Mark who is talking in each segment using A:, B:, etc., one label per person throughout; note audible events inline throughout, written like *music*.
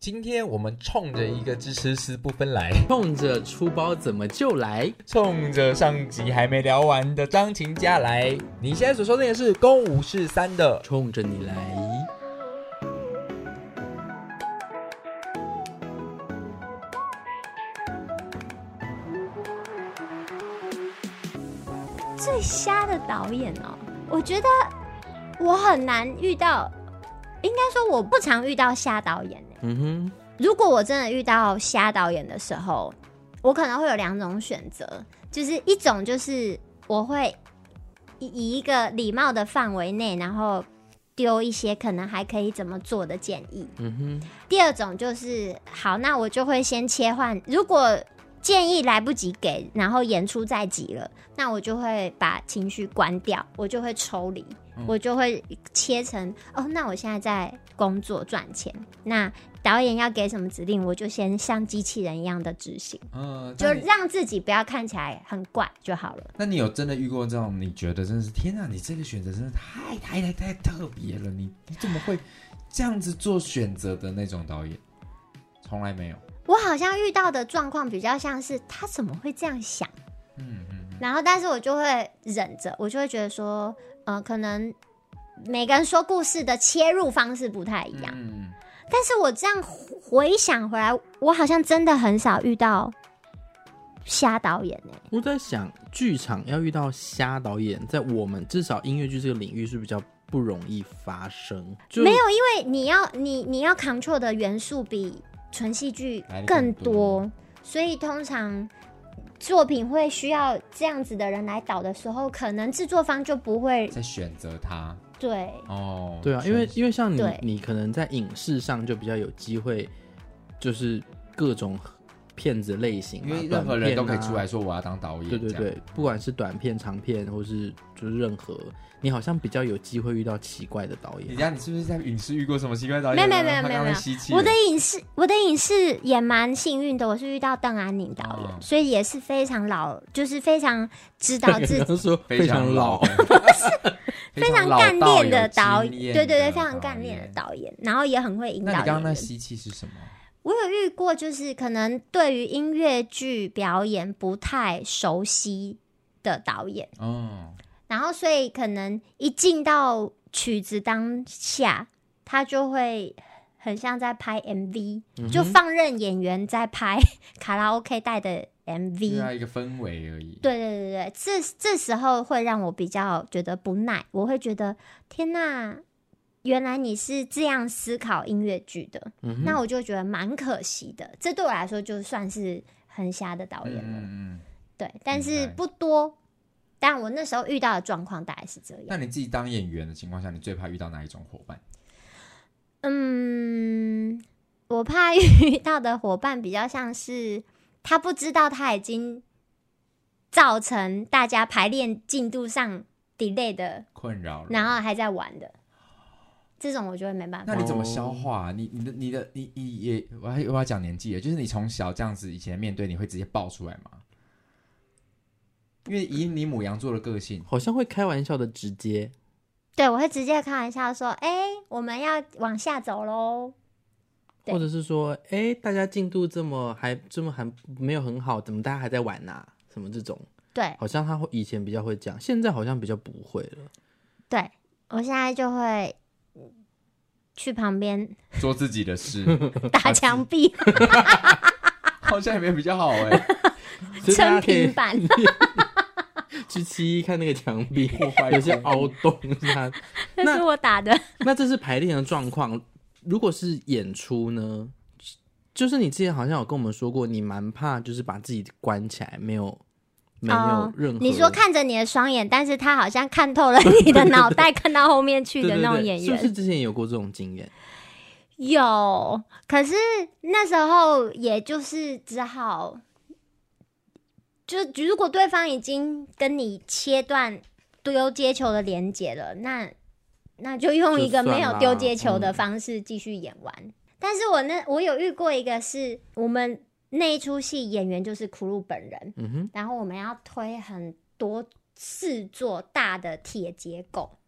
A: 今天我们冲着一个支持丝不分来，
B: 冲着出包怎么就来？
A: *laughs* 冲着上集还没聊完的张琴家来。你现在所收听的是《公五是三》的，
B: 冲着你来！
C: 最瞎的导演哦，我觉得我很难遇到，应该说我不常遇到瞎导演欸呢。
B: 嗯哼，
C: 如果我真的遇到瞎导演的时候，我可能会有两种选择，就是一种就是我会以以一个礼貌的范围内，然后丢一些可能还可以怎么做的建议。
B: 嗯
C: 第二种就是好，那我就会先切换。如果建议来不及给，然后演出再急了，那我就会把情绪关掉，我就会抽离，我就会切成哦，那我现在在工作赚钱，那导演要给什么指令，我就先像机器人一样的执行，
A: 嗯，
C: 就
A: 那你
C: 让自己不要看起来很怪就好了。
A: 那你有真的遇过这种？你觉得真是天啊，你这个选择真的太太太太特别了！你你怎么会这样子做选择的那种导演？从来没有。
C: 我好像遇到的状况比较像是他怎么会这样想。
A: 嗯嗯
C: 然后，但是我就会忍着，我就会觉得说，呃，可能每个人说故事的切入方式不太一样。
A: 嗯，
C: 但是我这样回想回来，我好像真的很少遇到瞎导演欸呢、
B: 哼，我在想，剧场要遇到瞎导演，在我们至少音乐剧这个领域是比较不容易发生。就
C: 没有，因为哎你要你你要 control 的元素比纯戏剧更
A: 来得更多
C: 多，所以通常作品会需要这样子的人来导的时候，可能制作方就不会
A: 在选择他
C: 对。
A: 哦。
B: 对啊，因为
A: 选
B: 因为像你
C: 对，
B: 你可能在影视上就比较有机会，就是各种片子类型、啊，
A: 因为任何
B: 短
A: 人
B: 片
A: 都可以
B: 啊
A: 出来说我要当导演，
B: 对对
A: 这样
B: 对，不管是短片、长片，或是就是任何，你好像比较有机会遇到奇怪的导
A: 你
B: 演。
A: 这样，你是不是在影视遇过什么奇怪导
C: 没有
A: 演
C: 没
A: 呢？
C: 有没有
A: 他
C: 没有
A: 刚
C: 没有
A: 刚吸，气
C: 我
A: 了
C: 的影视我的影视也蛮幸运的，我是遇到邓安宁导演，
A: 哦
C: 所以也是非常老，就是非常
A: *laughs*
C: 知道自己
B: 他说
A: 非常
B: 老，
C: *laughs* 非常干练的导演，对对对，非
A: 非
C: 常干练的。导演，然后也很会引
A: 那
C: 导
A: 你刚刚
C: 演
A: 那
C: 员。
A: 吸气是什么？
C: 我有遇过，就是可能对于音乐剧表演不太熟悉的导演，
A: 哦，
C: 然后所以可能一进到曲子当下，他就会很像在拍 MV，、就
B: 嗯
C: 放任演员在拍 *laughs* 卡拉 OK 带的 MV。
A: 就要一个氛围而已。，
C: 对对对对，这这时候会让我比较觉得不耐，我会觉得天呐，原来你是这样思考音乐剧的，
B: 嗯哼
C: 那我就觉得蛮可惜的。这对我来说就算是很瞎的导
A: 嗯
C: 演了，
A: 嗯嗯。
C: 对，但
A: 明
C: 是
A: 白
C: 不多。但我那时候遇到的状况大概是这样。
A: 那你自己当演员的情况下，你最怕遇到哪一种伙伴？
C: 嗯，我怕 *laughs* 遇到的伙伴比较像是他不知道他已经造成大家排练进度上 delay 的，
A: 困扰了。
C: 然后还在玩的，这种我就会没办
A: 那
C: 法。
A: 你怎么消化啊、你你的你的你你也，我还我要讲年纪了，就是你从小这样子以前面对，你会直接爆出来吗？因为以你母羊座的个性，
B: 好像会开玩笑的直接，
C: 对我会直接开玩笑说：“哎、我们要往下走喽。对
B: 或者是说，哎，大家进度这么还这么还没有很好，怎么大家还在玩呐、啊什么这种，”
C: 对
B: 好像他会以前比较会这样，现在好像比较不会了。
C: 对，我现在就会嗯去旁边
A: 做自己
C: *laughs*
A: 的事，
C: 打墙壁、
A: 好像也没有比较好哎、
B: 所以大家
C: 撑
B: 可以
C: 平
B: *laughs*
C: 板。
B: 去漆看那个墙壁，有些凹洞是
C: *laughs*
B: 它。
C: 那
B: 那
C: 是我打的。
B: 那这是排练的状况。如果是演出呢，就是你之前好像有跟我们说过，你蛮怕就是把自己关起来，没有没有
C: 哦
B: 任何、
C: 你说看着你的双眼，但是他好像看
B: *laughs*
C: 透了你的脑袋，看到后面去
B: 对
C: 的
B: 对
C: 那种
B: 对
C: 演
B: 是不是
C: 员，
B: 之前也有过这种经验？
C: 有，可是那时候也就是只好，就如果对方已经跟你切断丢接球的连接了，那那就用
B: 就
C: 一个没
B: 算
C: 有
B: 啦
C: 丢接球的
B: 嗯
C: 方式继续演完。但是我那我有遇过一个是我们那一出戏演员就是苦鲁本人，
B: 嗯哼，
C: 然后我们要推很多四座大的铁结构。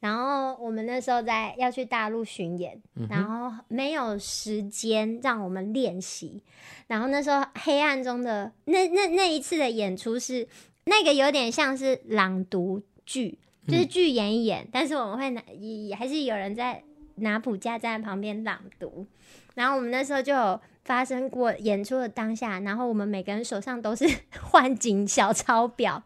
C: 然后我们那时候在要去大陆巡演，
B: 嗯
C: 然
B: 哼，
C: 后没有时间让我们练习。然后那时候黑暗中的那那那一次的演出是那个有点像是朗读剧，
B: 嗯
C: 就是剧演一演，但是我们会拿也也还是有人在拿谱架站在旁边朗读。然后我们那时候就有发生过演出的当下，然后我们每个人手上都是 *laughs* 换景小抄表。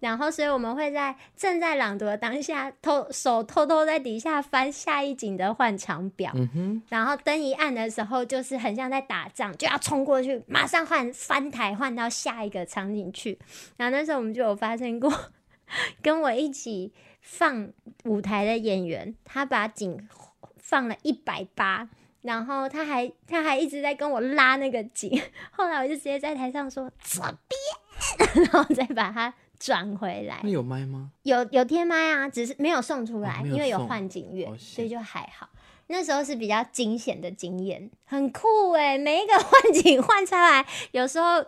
C: 然后，所以我们会在正在朗读的当下，偷手偷偷在底下翻下一景的换场表。
B: 嗯哼，
C: 然后灯一暗的时候，就是很像在打仗，就要冲过去，马上换翻台，换到下一个场景去。然后那时候我们就有发生过， *laughs* 跟我一起放舞台的演员，他把景放了一百八，然后他还他还一直在跟我拉那个景，后来我就直接在台上说左边， *laughs* 然后再把它转回来
B: 那。有麦吗？
C: 有有贴麦啊，只是没有送出来，
B: 哦没有
C: 因为有
B: 送
C: 换景乐，
A: 哦
B: 好险
C: 所以就还好。那时候是比较惊险的经验，很酷哎、每一个 *laughs* 换景换出来，有时候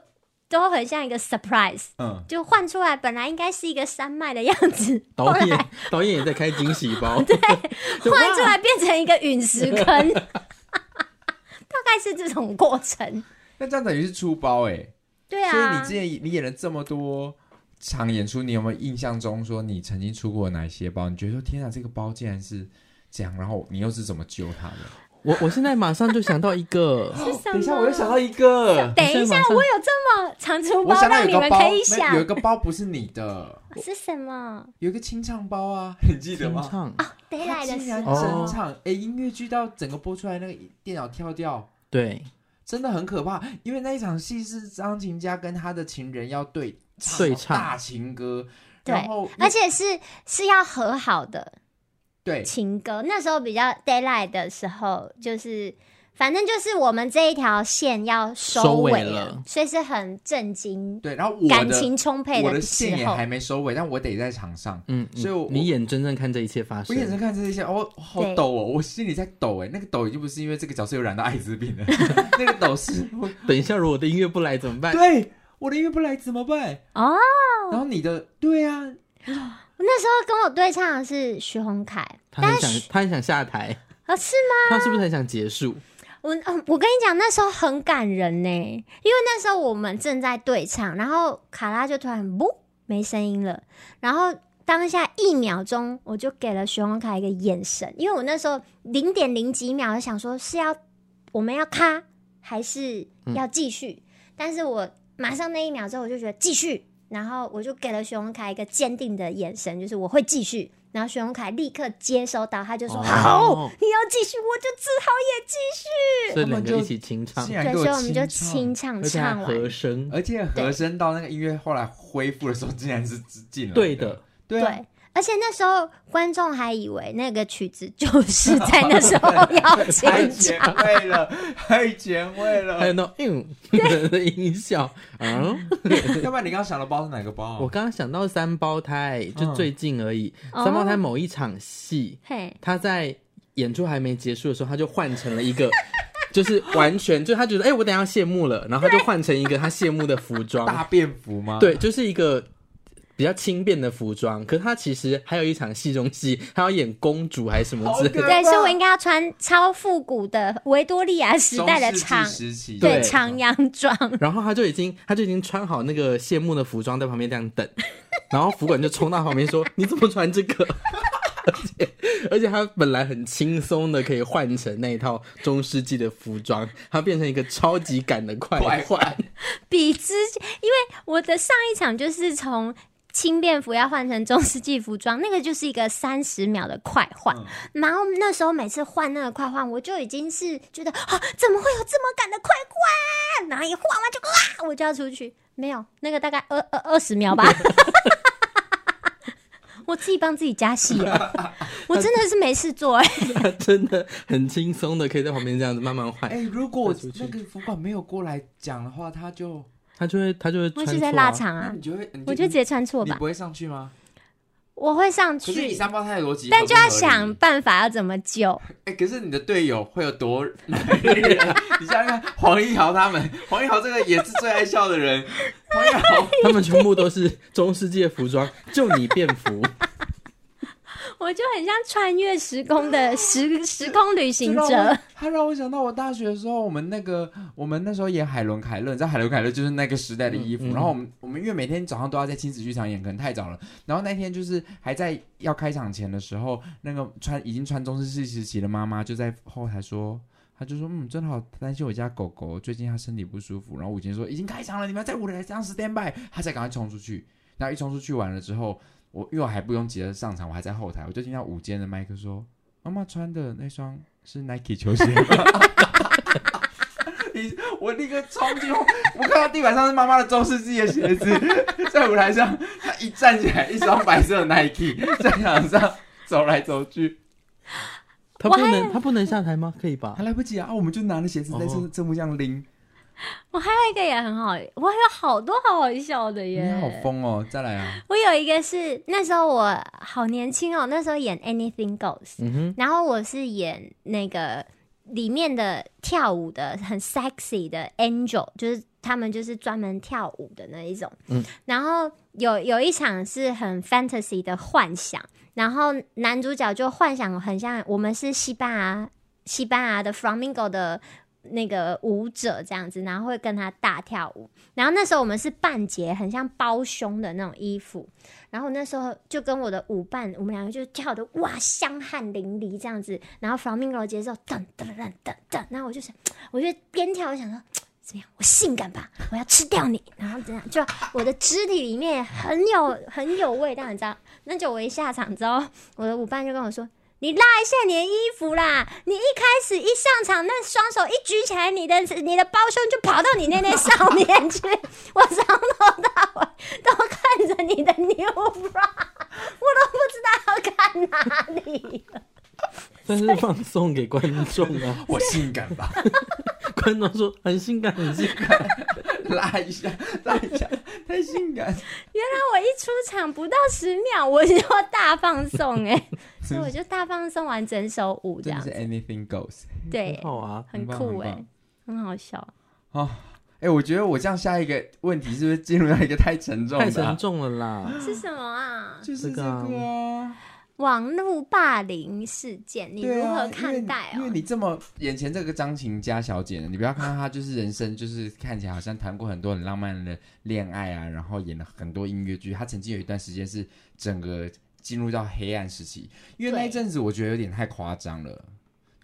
C: 都很像一个 surprise，
A: 嗯，
C: 就换出来本来应该是一个山脉的样子，后
B: *laughs* 导
C: 来
B: 演导演也在开惊喜包， *laughs* 对，
C: 换出来变成一个陨石坑， *laughs* 大概是这种过程。
A: 那这样等于是出包哎、
C: 对啊，
A: 所以你之前你演了这么多场演出，你有没有印象中说你曾经出过哪些包？你觉得说天啊，这个包竟然是这样，然后你又是怎么救他的？
B: 我我现在马上就想到一个，
C: 是什么
A: 哦等一下，我又想到一个，
C: 等一
B: 我现在
C: 下，
B: 马上
C: 我有这么长出
A: 我
C: 包
A: 想到
C: 让
A: 有
C: 你
A: 个
C: 们
A: 包，
C: 可以
A: 没有有
C: 想
A: 一个包不是你的，
C: 是什么？
A: 有一个清唱包啊，你记得
B: 清
A: 吗？
B: 唱，
C: 得
A: 他
C: 来的
A: 竟
C: 时
A: 然
C: 候，
B: 哦
A: 整场哎、音乐剧到整个播出来那个电脑跳掉，
B: 对，
A: 真的很可怕，因为那一场戏是张琴家跟他的情人要对唱
B: 对唱
A: 大情歌，
C: 对
A: 然后
C: 而且是是要和好的。
A: 对
C: 情歌，那时候比较 d a y l i g h t 的时候，就是反正就是我们这一条线要
B: 收
C: 收
B: 尾
C: 尾
B: 了
C: 所以是很震惊、
A: 对，然后我
C: 感
A: 的
C: 情充沛
A: 我的
C: 时
A: 线也
C: 候
A: 还。没收尾，但我得在场上。
B: 嗯，
A: 所以我
B: 你眼睁睁看这一切发
A: 我
B: 生，
A: 眼睁看这一下，哦，我好
C: 对
A: 抖哦，我心里在抖哎，那个抖已经不是因为这个角色有染到艾滋病了， *laughs* 那个抖是，我
C: *laughs*
B: 等一下，如果我的音乐不来怎么办？
A: 对，我的音乐不来怎么办？
C: 哦，
A: 然后你的，对啊，
C: 那时候跟我对唱的是徐宏凯
B: 他很想，他很想下台，
C: 啊，是
B: 他是不是很想结束？
C: 我嗯，我跟你讲，那时候很感人呢，因为那时候我们正在对唱，然后卡拉就突然不没声音了，然后当下一秒钟，我就给了徐宏凯一个眼神，因为我那时候零点零几秒，我想说是要我们要咔还是要继续，但是我马上那一秒之后，我就觉得继续，然后我就给了徐宏凯一个坚定的眼神，就是我会继续，然后徐宏凯立刻接收到，他就说、
B: 哦
C: 好，你要继续，我就只好也继续。
B: 所以两
A: 他们
B: 个
A: 就
B: 一起清唱
A: 竟，
C: 对，
A: 然给
C: 所以我们
A: 清
C: 就
A: 唱，
C: 清唱
B: 而且还
C: 唱
B: 和
C: 完，
B: 声，
A: 而且和声到那个音乐后来恢复的时候，竟然是进来
B: 对的，
A: 对啊，
C: 对。而且那时候观众还以为那个曲子就是在
A: *laughs*
C: 那时候要清
A: 太
C: 唱，
A: 前卫了，太前卫
B: 还
A: 了。
B: 有 *laughs* 那种嗯的音效，嗯。
A: 要不然你刚刚想的包是哪个包啊？
B: 我刚刚想到三胞胎，就
A: 嗯
B: 最近而已。
C: 哦
B: 三胞胎某一场戏，
C: 嘿，
B: 他在演出还没结束的时候，他就换成了一个， *laughs* 就是完全就他觉得，哎、我等一下要谢幕了，然后他就换成一个他谢幕的服
A: 大
B: 装，
A: 便服吗？
B: 对，就是一个。比较轻便的服装，可是他其实还有一场戏中戏，他要演公主还是什么之类
A: 好
B: 的
A: 可，
C: 对，所以我应该要穿超复古的维多利亚时
A: 中
C: 代的
A: 世纪
C: 长，
A: 时嗯期
B: 对
C: 对长洋装，
B: 然后他就已经他就已经穿好那个谢幕的服装在旁边这样等，然后服管就冲到旁边说：“你怎么穿这个？” *laughs* 而且而且他本来很轻松的可以换成那一套中世纪的服装，他变成一个超级赶的快
A: 快
B: 换，
C: 比之前，因为我的上一场就是从。轻便服要换成中世纪服装，那个就是一个三十秒的快换。
A: 嗯
C: 然后那时候每次换那个快换，我就已经是觉得啊，怎么会有这么赶的快换？然后一换完就啊，
A: *laughs*
C: 我就要出去。没有，那个大概二二二十秒吧。我自己帮自己加戏耶，
A: *laughs*
C: 我真的是没事做哎。
A: 啊
B: 他真的很轻松的可以在旁边这样子慢慢换，
A: 哎、如果
B: 带出去
A: 那个主管没有过来讲的话，他就
B: 他就会他就会
C: 我一
B: 穿
C: 直
B: 错
C: 在
B: 啊
C: 拉长
A: 那
C: 啊
A: 你，就会，你
C: 我就直接穿错
A: 你
C: 吧
A: 不，会上去吗？
C: 我会上
A: 可是你
C: 去，
A: 三胞胎的逻辑，
C: 但就要想。办法要怎么救。
A: 哎、可是你的队友会有多 *laughs* 难忍？你想想看，黄一豪他们，黄一豪这个也是最爱笑的人。黄一豪，
B: 他们全部都是中世纪的服装，就你便服，
C: 我就很像穿越时空
A: 啊
C: 的时时空旅行
A: 这让
C: 者
A: 我，他让我想到我大学的时候，我们那个我们那时候演海伦凯勒，你知道海伦凯勒就是那个时代的衣服。
B: 嗯嗯
A: 然后我们我们因为每天早上都要在亲子剧场演，可能太早了。然后那天就是还在要开场前的时候，那个穿已经穿中式时期的妈妈就在后台说。她就说：“嗯，真的好担心我家狗狗，最近它身体不舒服。”然后武琴说：“已经开场了，你们要在舞台上 stand by。”她才赶快冲出去。然后一冲出去完了之后，我因为我还不用急着上场，我还在后台，我就听到午间的麦克说：“妈妈穿的那双是 Nike 球鞋吗？”你我立刻冲进去，我看到地板上是妈妈的中世纪的鞋子，在舞台上，她一站起来，一双白色的 Nike 在场上走来走去，
B: 他不能他不能下台吗？可以吧
A: 还？来不及啊！我们就拿着鞋子在正
B: 哦
A: 正步这样拎，
C: 那个也很好，我有好多好好笑的
A: 你
C: 耶。
A: 好疯哦！再来啊，
C: 我有一个是那时候我好年轻哦，那时候演 Anything Goes，、
B: 嗯哼，
C: 然后我是演那个里面的跳舞的很 sexy 的 Angel，就是他们就是专门跳舞的那一种。
B: 嗯
C: 然后有有一场是很 fantasy 的幻想，然后男主角就幻想很像我们是西班牙西班牙的 Flamingo 的。那个舞者这样子，然后会跟他大跳舞。然后那时候我们是半截，很像包胸的那种衣服。然后那时候就跟我的舞伴，我们两个就跳的哇，香汗淋漓这样子。然后 Flamingo 节奏噔噔噔噔噔，然后我就想，我就边跳，我想说。怎么样？我性感吧，我要吃掉你，然后怎样？就我的肢体里面很有很有味道，你知道？那就我一下场之后，我的舞伴就跟我说：“你拉一下你的衣服啦！你一开始一上场，那双手一举起来，你的你的包胸就跑到你那那上面去，我从头到尾都看着你的 new bra，我都不知道要看哪里。
B: 但是放送给观众啊，
A: 我性感吧， *laughs*
B: 观众说很性感，很性感，
A: 拉一下，拉一下，太性感，
C: 原来我一出场不到十秒，我就大放送哎、 *laughs* 所以我就大放送完整首舞这
A: 真
C: 样
A: 的是，anything goes。
C: 对，
B: 好啊，
C: 很
A: 棒
C: 酷
A: 很
C: 哎、
A: 棒
C: 很好笑。
A: 哎、我觉得我这样下一个问题是不是进入到一个太沉重的、啊
B: 太沉，重了
C: *laughs*
B: 啦。
C: 是什么啊？
A: 就是这
B: 这
A: 个
B: 个啊
A: 啊。
C: 网络霸凌事件，你
A: 对
C: 如
A: 啊
C: 何
A: 因为
C: 看
A: 你
C: 待
A: 因为
C: 哦？
A: 你这么眼前这个张琴佳小姐呢，你不要看到她就是人生就是看起来好像谈过很多很浪漫的恋爱啊，然后演了很多音乐剧。她曾经有一段时间是整个进入到黑暗时期，因为那
C: 对
A: 一阵子我觉得有点太夸张了。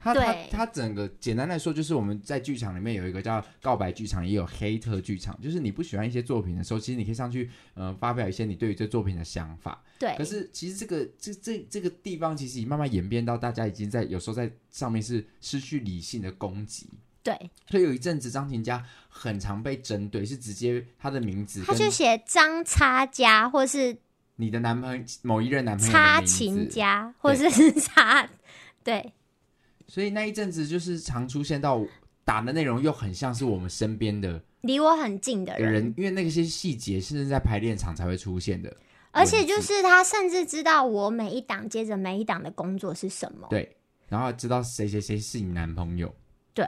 A: 她她
C: 对
A: 她整个简单来说，就是我们在剧场里面有一个叫告白剧场，也有黑特剧场。就是你不喜欢一些作品的时候，其实你可以上去，呃，发表一些你对于这作品的想法。
C: 对
A: 可，是其实这个这这这个地方，其实已慢慢演变到大家已经在有时候在上面是失去理性的攻击。
C: 对，
A: 所以有一阵子张琴佳很常被针对，是直接她的名字
C: 他
A: 跟
C: 就写张叉家，或是
A: 你的男朋友某一任男朋友的
C: 插
A: 名字
C: 琴家，或者是 *laughs* 插，对
A: 所以那一阵子就是常出现到打的内容又很像是我们身边的
C: 离我很近的人，
A: 人，因为那些细节甚至在排练场才会出现的。
C: 而且就是他甚至知道我每一档接着每一档的工作是什么，
A: 对，然后知道谁谁谁是你男朋友，
C: 对，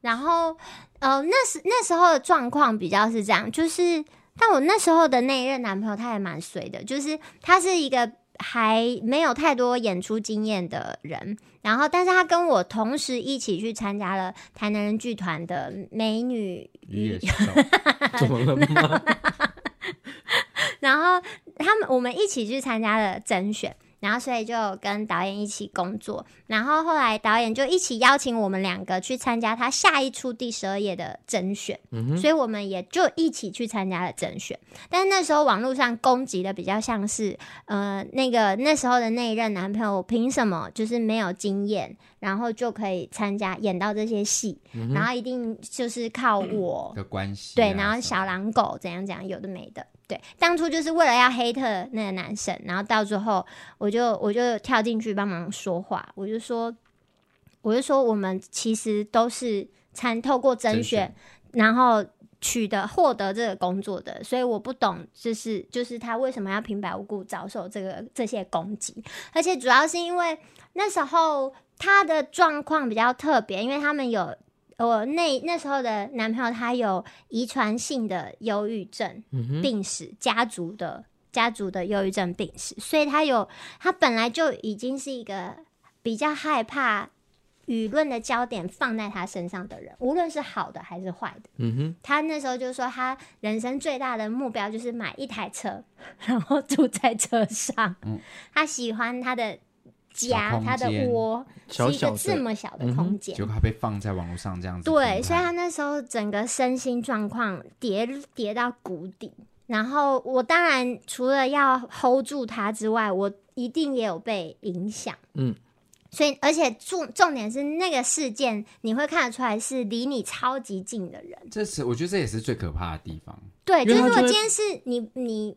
C: 然后呃，那时那时候的状况比较是这样，就是但我那时候的那一任男朋友他也蛮随的，就是他是一个还没有太多演出经验的人，然后但是他跟我同时一起去参加了台南人剧团的美女
A: 也
C: *laughs*
A: 是
B: 怎么了吗？
C: 然后他们我们一起去参加了甄选，然后所以就跟导演一起工作，然后后来导演就一起邀请我们两个去参加他下一出第十二页的甄选，所以我们也就一起去参加了甄选。但是那时候网络上攻击的比较像是，呃，那个那时候的那一任男朋友凭什么就是没有经验，然后就可以参加演到这些戏，然后一定就是靠我
A: 的关系啊、
C: 对，然后
A: 什么
C: 小狼狗怎样怎样，有的没的。对，当初就是为了要黑特那个男生，然后到最后我就我就跳进去帮忙说话，我就说我就说我们其实都是参透过甄
A: 甄
C: 选
A: 选，
C: 然后取得获得这个工作的，所以我不懂就是就是他为什么要平白无故遭受这个这些攻击，而且主要是因为那时候他的状况比较特别，因为他们有。我那那时候的男朋友他有遗传性的忧郁症
A: 嗯
C: 病史，家族的家族的忧郁症病史，所以他有他本来就已经是一个比较害怕舆论的焦点放在他身上的人，无论是好的还是坏的。
B: 嗯哼，
C: 他那时候就说，他人生最大的目标就是买一台车， *laughs* 然后住在车上。
A: 嗯
C: 他喜欢他的
A: 小
C: 家，
A: 空
C: 他的
A: 间
C: 窝
B: 小小
C: 是一个这
B: 的，
C: 么小的
B: 嗯哼
C: 空间。
A: 结果他被放在网络上这样子评判，
C: 对，
B: 嗯
C: 所以他那时候整个身心状况跌跌到谷底。然后我当然除了要 hold 住他之外，我一定也有被影响。
B: 嗯，
C: 所以而且重重点是那个事件，你会看得出来是离你超级近的人。
A: 这是我觉得这也是最可怕的地方。
C: 对，
B: 因
C: 就是
B: 为他
C: 如果
B: 就会
C: 今天是你你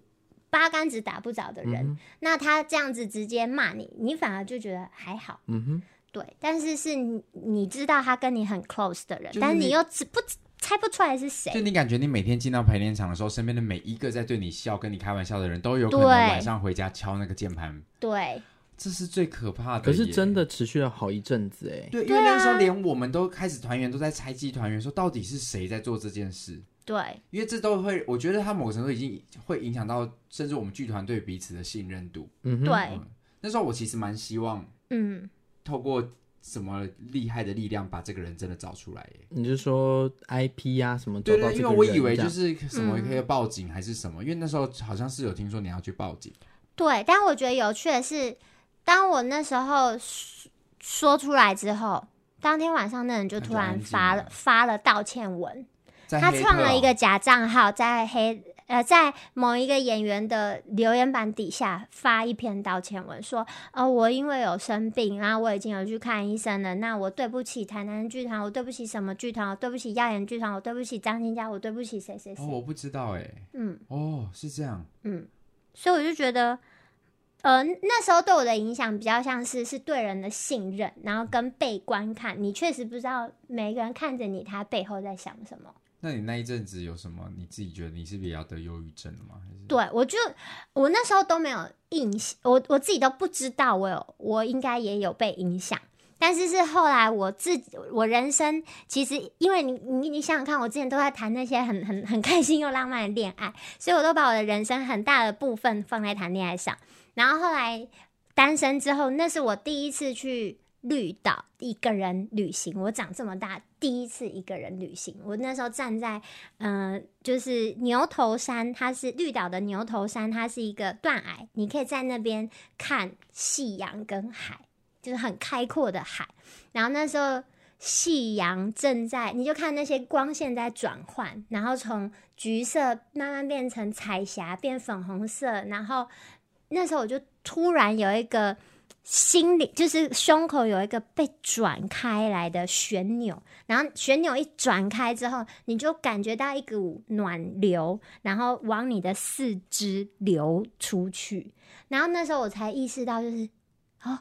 C: 八竿子打不着的
B: 嗯
C: 人，那他这样子直接骂你，你反而就觉得还好。
B: 嗯哼，
C: 对，但是是你你知道他跟你很 close 的人，
A: 就是
C: 但是你
A: 你
C: 又只不猜不出来是谁
A: 就。你感觉你每天进到排练场的时候，身边的每一个在对你笑、跟你开玩笑的人，都有可能
C: 对
A: 晚上回家敲那个键盘，
C: 对，
A: 这是最可怕的。
B: 可是
C: 啊
B: 真。的持续了好一阵子哎，
A: 对，因为那时候连我们都开始团员都在猜忌团员，说到底是谁在做这件事，
C: 对，
A: 因为这都会，我觉得他某个程度已经会影响到，甚至我们剧团对彼此的信任度。
B: 嗯哼，
C: 对，
A: 那时候我其实蛮希望
C: 嗯，
A: 透过什么厉害的力量把这个人真的找出来耶。
B: 你是说 IP 啊什么找
A: 对
B: 到
A: 对，
B: 这
A: 因
B: 个
A: 为
B: 人
A: 我以为
B: 这
A: 就
B: 样
A: 是什
C: 嗯
A: 么可以报警还是什么，因为那时候好像是有听说你要去报警，
C: 对。但我觉得有趣的是，当我那时候说说出来之后，当天晚上那人就
A: 那
C: 突
A: 就安
C: 然
A: 静
C: 发
A: 了
C: 了发了道歉文，
A: 在
C: 他
A: 黑
C: 创
A: 特
C: 了一个
A: 哦
C: 假账号，在黑呃，在某一个演员的留言板底下发一篇道歉文，说：“呃，我因为有生病啊，我已经有去看医生了。那我对不起台南剧团，我对不起什么剧团，我对不起耀眼剧团，我对不起张新佳，我对不起谁谁谁。
A: 哦，我不知道哎，
C: 嗯
A: 哦，是这样，
C: 嗯，所以我就觉得，呃，那时候对我的影响比较像是是对人的信任，然后跟被观看，你确实不知道每个人看着你他背后在想什么。
A: 那你那一阵子有什么？你自己觉得你是不是也要得忧郁症了吗？还是
C: 对，我就我那时候都没有印象，我我自己都不知道我有，我应该也有被影响。但是是后来我自己，我人生其实因为你你你想想看，我之前都在谈那些很很很开心又浪漫的恋爱，所以我都把我的人生很大的部分放在谈恋爱上。然后后来单身之后，那是我第一次去绿岛一个人旅行，我长这么大第一次一个人旅行。我那时候站在嗯，就是牛头山，它是绿岛的牛头山，它是一个断崖，你可以在那边看夕阳跟海，就是很开阔的海。然后那时候夕阳正在，你就看那些光线在转换，然后从橘色慢慢变成彩霞，变粉红色，然后那时候我就突然有一个心里，就是胸口有一个被转开来的旋钮，然后旋钮一转开之后，你就感觉到一嗯股暖流，然后往你的四肢流出去。然后那时候我才意识到，就是哦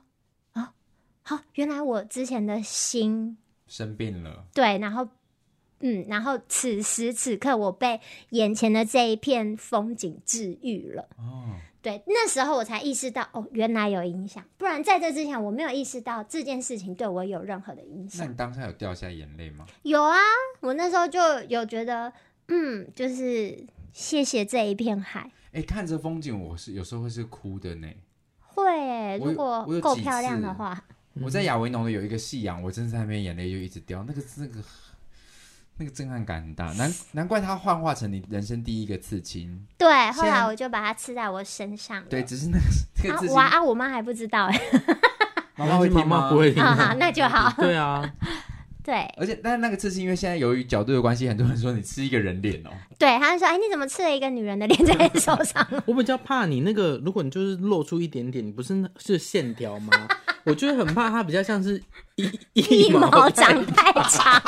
C: 哦哦，原来我之前的心
A: 生病了？
C: 对，然后嗯，然后此时此刻我被眼前的这一片风景治愈了。
A: 哦，
C: 对，那时候我才意识到，哦，原来有影响，不然在这之前我没有意识到这件事情对我有任何的影
A: 那
C: 响。
A: 你当下有掉下眼泪吗？
C: 有啊，我那时候就有觉得，嗯，就是谢谢这一片海。
A: 哎，看着风景，我是有时候会是哭的呢。
C: 会欸、
A: 我有
C: 如果
A: 我有
C: 够
A: 几
C: 漂亮
A: 次
C: 的话，
A: 我在亚维农的有一个夕阳，我真的在那边眼泪就一直掉，那个那个那个震撼感很大，难难怪他幻化成你人生第一个刺青，
C: 对，后
A: 现
C: 来
A: 在
C: 我就把它刺在我身上了。
A: 对，只是那个那个
C: 啊
A: 刺，青，
C: 哇啊，我妈还不知道哎、
A: *laughs* 妈妈会听
B: 妈
A: 吗？
B: 妈不会听
C: 啊，
B: 啊，
C: 好，那就好。
B: *laughs* 对啊，
C: 对
A: 而且，但是那个刺青，因为现在由于角度的关系，很多人说你吃一个人 *laughs* 脸哦，
C: 对，他就说，哎，你怎么刺了一个女人的脸在你
A: *laughs*
C: 手上？
B: 我比较怕你那个，如果你就是露出一点点，你不是那是线条吗？我就会很怕它比较像是一
C: 一毛
B: 长
C: 长太长，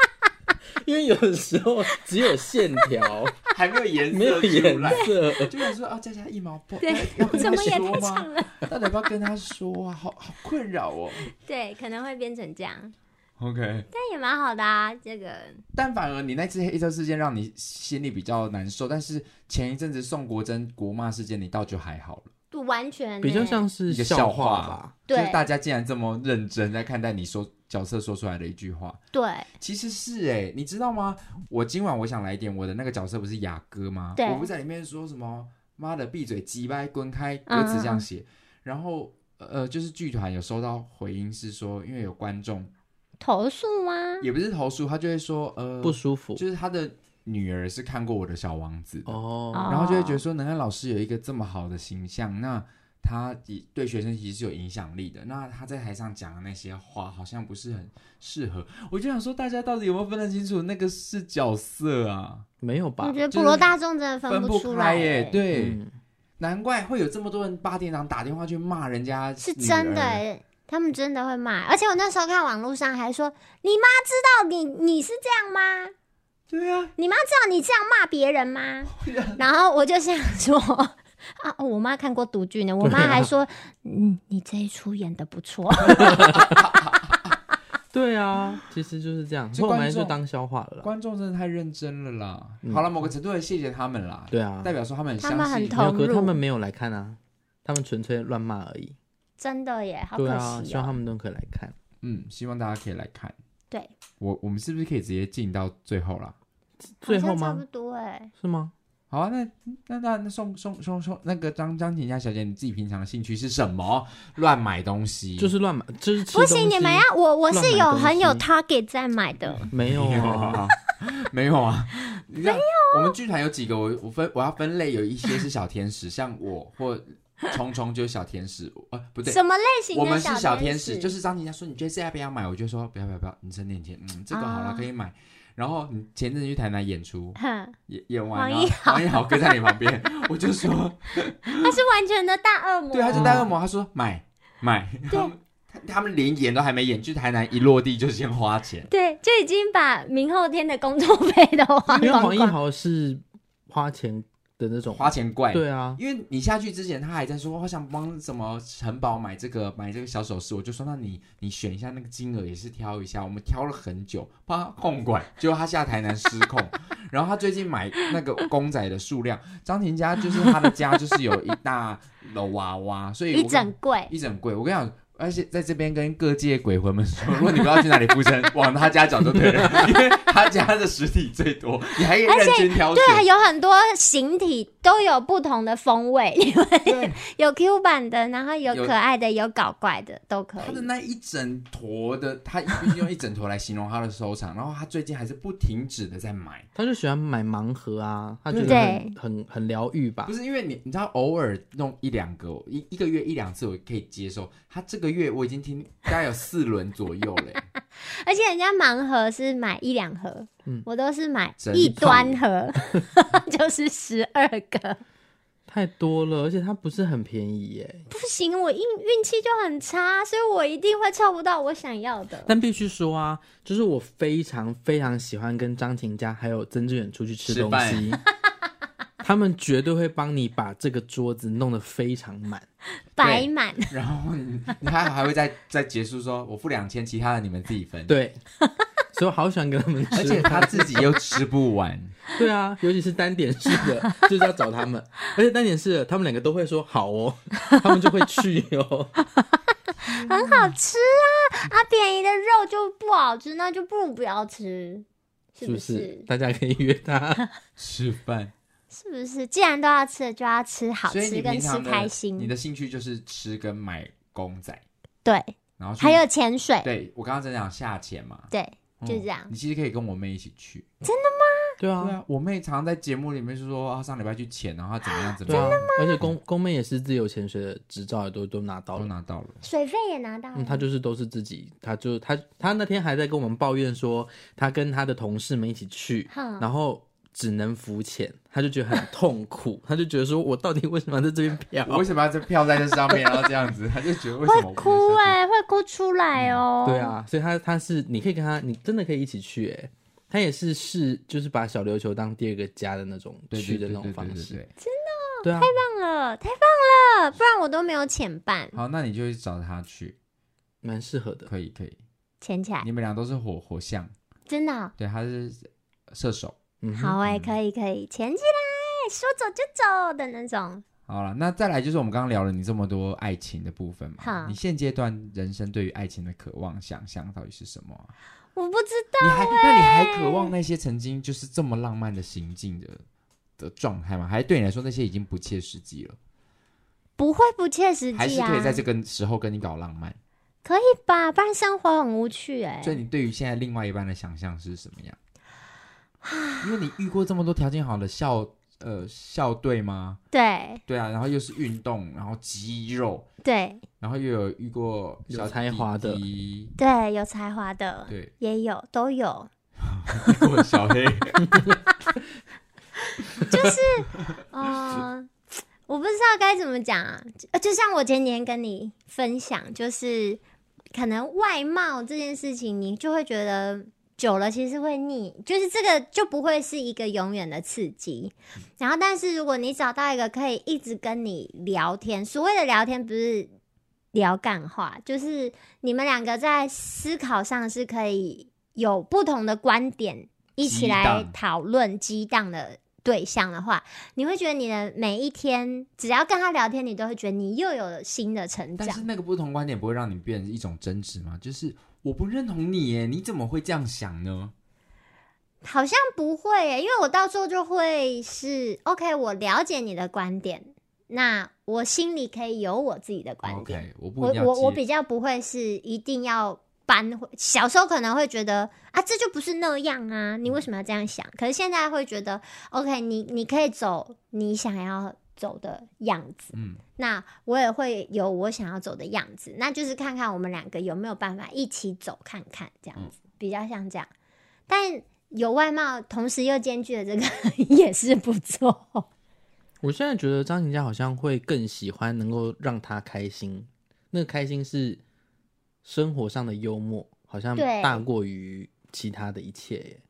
C: *laughs*
B: 因为有的时候只有线 *laughs* 条，
A: 还没有颜
B: 没有
A: 色出
B: 颜
A: 来。
B: 色。
A: 就想说啊，佳佳一毛不，
C: 对
A: 要跟
C: 怎
A: 他
C: 么也
A: 说
C: 太长
A: 吗？
C: 了，
A: 到底要不要跟他说啊？好好困扰哦。
C: 对，可能会变成这样，
A: OK，
C: 但也蛮好的啊。这个
A: 但反而你那次黑色事件让你心里比较难受，但是前一阵子宋国珍国骂事件，你倒就还好了。
C: 不完全
B: 比较
C: 欸
B: 像是
A: 一个
B: 笑
A: 笑话
B: 吧。
A: 就是
C: 对
A: 大家竟然这么认真在看待你说角色说出来的一句话，
C: 对
A: 其实是哎、你知道吗？我今晚我想来一点，我的那个角色不是雅哥吗？
C: 对
A: 我不是在里面说什么“妈的闭嘴，鸡掰，滚开”，歌
C: 嗯
A: 词这样写。然后呃，就是剧团有收到回音是说，因为有观众
C: 嗯投诉啊吗？
A: 也不是投诉，他就会说呃
B: 不舒服
A: 就是他的女儿是看过我的小王子的，
B: 哦
C: 哦
A: 然后就会觉得说能安老师有一个这么好的形象，那他也对学生其实是有影响力的。那他在台上讲的那些话好像不是很适合，我就想说大家到底有没有分得清楚那个是角色啊？
B: 没有吧
C: 我觉？得
A: 就是
C: 普罗大众真的
A: 分
C: 不出来
A: 开耶，
C: 欸，
A: 对，
B: 嗯，
A: 难怪会有这么多人八点档打电话去骂人家
C: 是
A: 女
C: 真的
A: 儿
C: 欸。他们真的会骂，而且我那时候看网络上还说，你妈知道你你是这样吗？
A: 对啊，
C: 你妈知道你这样骂别人吗？然后我就想说，啊，我妈看过独剧呢，我妈还说，嗯，你这一出演的不错，
B: 对啊，其实就是这样，
A: 就
B: 所以我们
A: 观
B: 还是
A: 众
B: 当笑话了啦。
A: 观众真的太认真了啦。
B: 嗯
A: 好了，某个程度也谢谢他们啦，
B: 对啊，
A: 代表说他们很
C: 他们
A: 相
C: 很
A: 信
B: 没有，
C: 投
B: 可是他
C: 入
B: 们没有来看啊，他们纯粹乱骂而已。
C: 真的耶，好可
B: 对啊，
C: 惜
B: 希望他
C: 哦。
B: 们都可以来看。
A: 嗯，希望大家可以来看。
C: 对，
A: 我我们是不是可以直接进到最后啦？
B: 最
C: 好
B: 后
C: 像差不
B: 吗？
C: 多哎，
B: 是吗？
A: 好啊，那那那那宋宋宋宋那个张张景佳小姐，你自己平常的兴趣是什么？乱买东西，
B: 就是乱买，就是吃
C: 不
B: 东西
C: 行，你们要我我
B: 乱
C: 是
B: 买
C: 有
B: 东
C: 很有
B: 西
C: target 在买的，
B: 没有
A: 没有
B: 啊？
A: 啊，没有 *laughs* 啊，没有。我们剧团有几个，我我分我要分类，有一些是小天 *laughs* 使，像我或虫虫就是小天使，呃不对。
C: 什么类型的
A: 我们是小
C: 天
A: 天使，就是张婷佳说你觉得这要不要买，我就说不要不要不要，你省点钱，嗯，这个好了、
C: 啊
A: 可以买。然后你前阵子去台南演出，
C: 哼，
A: 演演完
C: 王一
A: 啊，王一豪跟在你旁边，我就说，
C: 他是完全的大恶魔，哦
A: 对，他就带恶魔，他说买买， *laughs* 他们他他们连演都还没演，去台南一落地就先花钱，
C: 对就已经把明后天的工作费都花 *laughs*
B: 因为
C: 光
B: 黄奕
C: 光。
B: 豪是花钱的那种，
A: 花钱怪，
B: 对啊，
A: 因为你下去之前他还在说我想帮什么城堡买这个买这个小首饰，我就说那你你选一下那个金额也是挑一下，我们挑了很久，帮他控管，结果他下台南失控， *laughs* 然后他最近买那个公仔的数量，张婷家就是他的家就是有一大楼娃娃，所以
C: 一
A: 我
C: 整柜，
A: 一整柜。我跟你讲，而且在这边跟各界鬼魂们说， *laughs* 如果你不知道去哪里附身， *laughs* 往他家找就对了， *laughs* 因为他家的实体最多， *laughs* 你还可以认真挑
C: 对啊，
A: 选。
C: 有很多形体都有不同的风味， *laughs*
A: 对，
C: 有 Q 版的，然后有
A: 有
C: 可爱的，有搞怪的，都可
A: 他的
C: 以。
A: 那一整坨的，他必须用一整坨来形容他的收藏，然后他最近还是不停止的在买。
B: 他就喜欢买盲盒啊，他觉得
C: 对
B: 很很很疗愈吧
A: 不。是因为你，你知道偶尔弄一两个，一一个月一两次我可以接受。他这个月我已经听大概有四轮左右嘞，
C: 而且人家盲盒是买一两盒，
B: 嗯
C: 我都是买
A: 整
C: 一
A: 套
C: 端盒， *laughs* 就是十二个。
B: 太多了，而且它不是很便宜耶。
C: 不行，我运运气就很差，所以我一定会凑不到我想要的。
B: 但必须说啊，就是我非常非常喜欢跟张庭佳还有曾志远出去吃
A: 吃
B: 东
A: 饭
B: 西，他们绝对会帮你把这个桌子弄得非常满。
C: 摆满，
A: 然后你你还还会再再结束说，我付两千，其他的你们自己分。
B: 对，所以我好喜欢跟他们
A: 嗯
B: *laughs*
A: 而且
B: 吃。
A: 他自己又吃不完，
B: 对啊，尤其是单点式的，就是要找他们。而且单点式的，他们两个都会说好哦，他们就会去哦。
C: 很好吃啊！啊，便宜的肉就不好吃，那就不如不要吃，是
B: 是不
C: 不
B: 是
C: 是？？
B: 大家可以约他。
A: *laughs* 吃饭，
C: 是不是？既然都要吃，就要吃好
A: 所以
C: 吃
A: 你
C: 跟
A: 平
C: 吃
A: 常的
C: 开心。
A: 你的兴趣就是吃跟买公仔，
C: 对，
A: 然后去
C: 还有潜水，
A: 对我刚刚在讲下潜嘛，
C: 对，就
A: 嗯
C: 这样。
A: 你其实可以跟我妹一起去，
B: 对
A: *laughs* 对
B: 啊，
A: 啊，我妹常常在节目里面就说啊，上礼拜去潜，然后她怎么样怎么
B: 对啊
A: 样，，
B: 而且公公妹也是自由潜水的执照也都都拿到
A: 都
B: 了。
A: 拿到了。
C: 水费也拿到了，
B: 嗯，他就是都是自己，他就他他那天还在跟我们抱怨说，他跟他的同事们一起去，
C: 哼
B: 然后只能浮潜，他就觉得很痛苦，他就觉得说我到底为什么要在这边漂？
A: 我为什么要这飘在这上面，然后这样子，他就觉得为什么
C: 会
A: 我不能嗯
C: 哭
A: 下去
C: 哎、会哭出来哦。
B: 对，啊，所以他他是你可以跟他，你真的可以一起去哎、他也是是就是把小琉球当第二个家的那种
A: 对
B: 欸去
A: 对对
B: 的那
A: 对
B: 种
A: 对
B: 方
A: 对
B: 式，
A: 对。
B: 对啊，
C: 棒了，太棒了，不然我都没有潜伴，
A: 好，那你就去找他去，
B: 蛮适合的。
A: 可以可以。
C: 潜起来
A: 你们俩都是火火象，
C: 真的哦、
A: 对，他是射手。
B: 嗯哼，
C: 好哎、可以可以，潜起来，说走就走的那种。
A: 好了，那再来就是我们刚刚聊了你这么多爱情的部分嘛
C: 好，
A: 你现阶段人生对于爱情的渴望、想象到底是什么啊、
C: 我不知
A: 你还那你还渴望那些曾经就是这么浪漫的行径的的状态吗？还是对你来说那些已经不切实际了？
C: 不会不切实
A: 还
C: 际
A: 是
C: 啊，
A: 可以在这个时候跟你搞浪漫？
C: 可以吧？不然生活很无趣哎、
A: 所以你对于现在另外一半的想象是什么样？因为你遇过这么多条件好的校呃校队吗？
C: 对
A: 对啊，然后又是运动，然后肌肉，
C: 对
A: 然后又有遇过
B: 有
A: 小
B: 才华的
A: 弟弟
C: 对，有才华的，
A: 对，
C: 也有都有，
A: 遇过小 *laughs* 黑，
C: 就是， *laughs* 嗯、我不知道该怎么讲啊。呃就像我前几天跟你分享，就是可能外貌这件事情，你就会觉得久了其实会腻，就是这个就不会是一个永远的刺激。
A: 嗯
C: 然后，但是如果你找到一个可以一直跟你聊天，所谓的聊天不是。聊干话，就是你们两个在思考上是可以有不同的观点，一起
A: 激
C: 来
A: 荡
C: 讨论激荡的对象的话，你会觉得你的每一天，只要跟他聊天，你都会觉得你又有新的成
A: 但是
C: 长。
A: 那个不同观点不会让你变成一种争执吗？就是我不认同你耶，你怎么会这样想呢？
C: 好像不会耶，因为我到时候就会是 OK，我了解你的观点，那我心里可以有我自己的观点。
A: 哦 OK，我不
C: 我
A: 一定要
C: 我我
A: 接
C: 比较不会是一定要搬回，小时候可能会觉得啊，这就不是那样啊，你为什么要这样想？可是现在会觉得，OK，你你可以走你想要走的样子。
A: 嗯，
C: 那我也会有我想要走的样子，那就是看看我们两个有没有办法一起走看看，这
A: 嗯
C: 样子、比较像这样。但有外貌，同时又兼具了这个 *laughs* 也是不错。
B: 我现在觉得张庭佳好像会更喜欢能够让他开心，那个开心是生活上的幽默，好像
C: 对
B: 大过于其他的一切耶。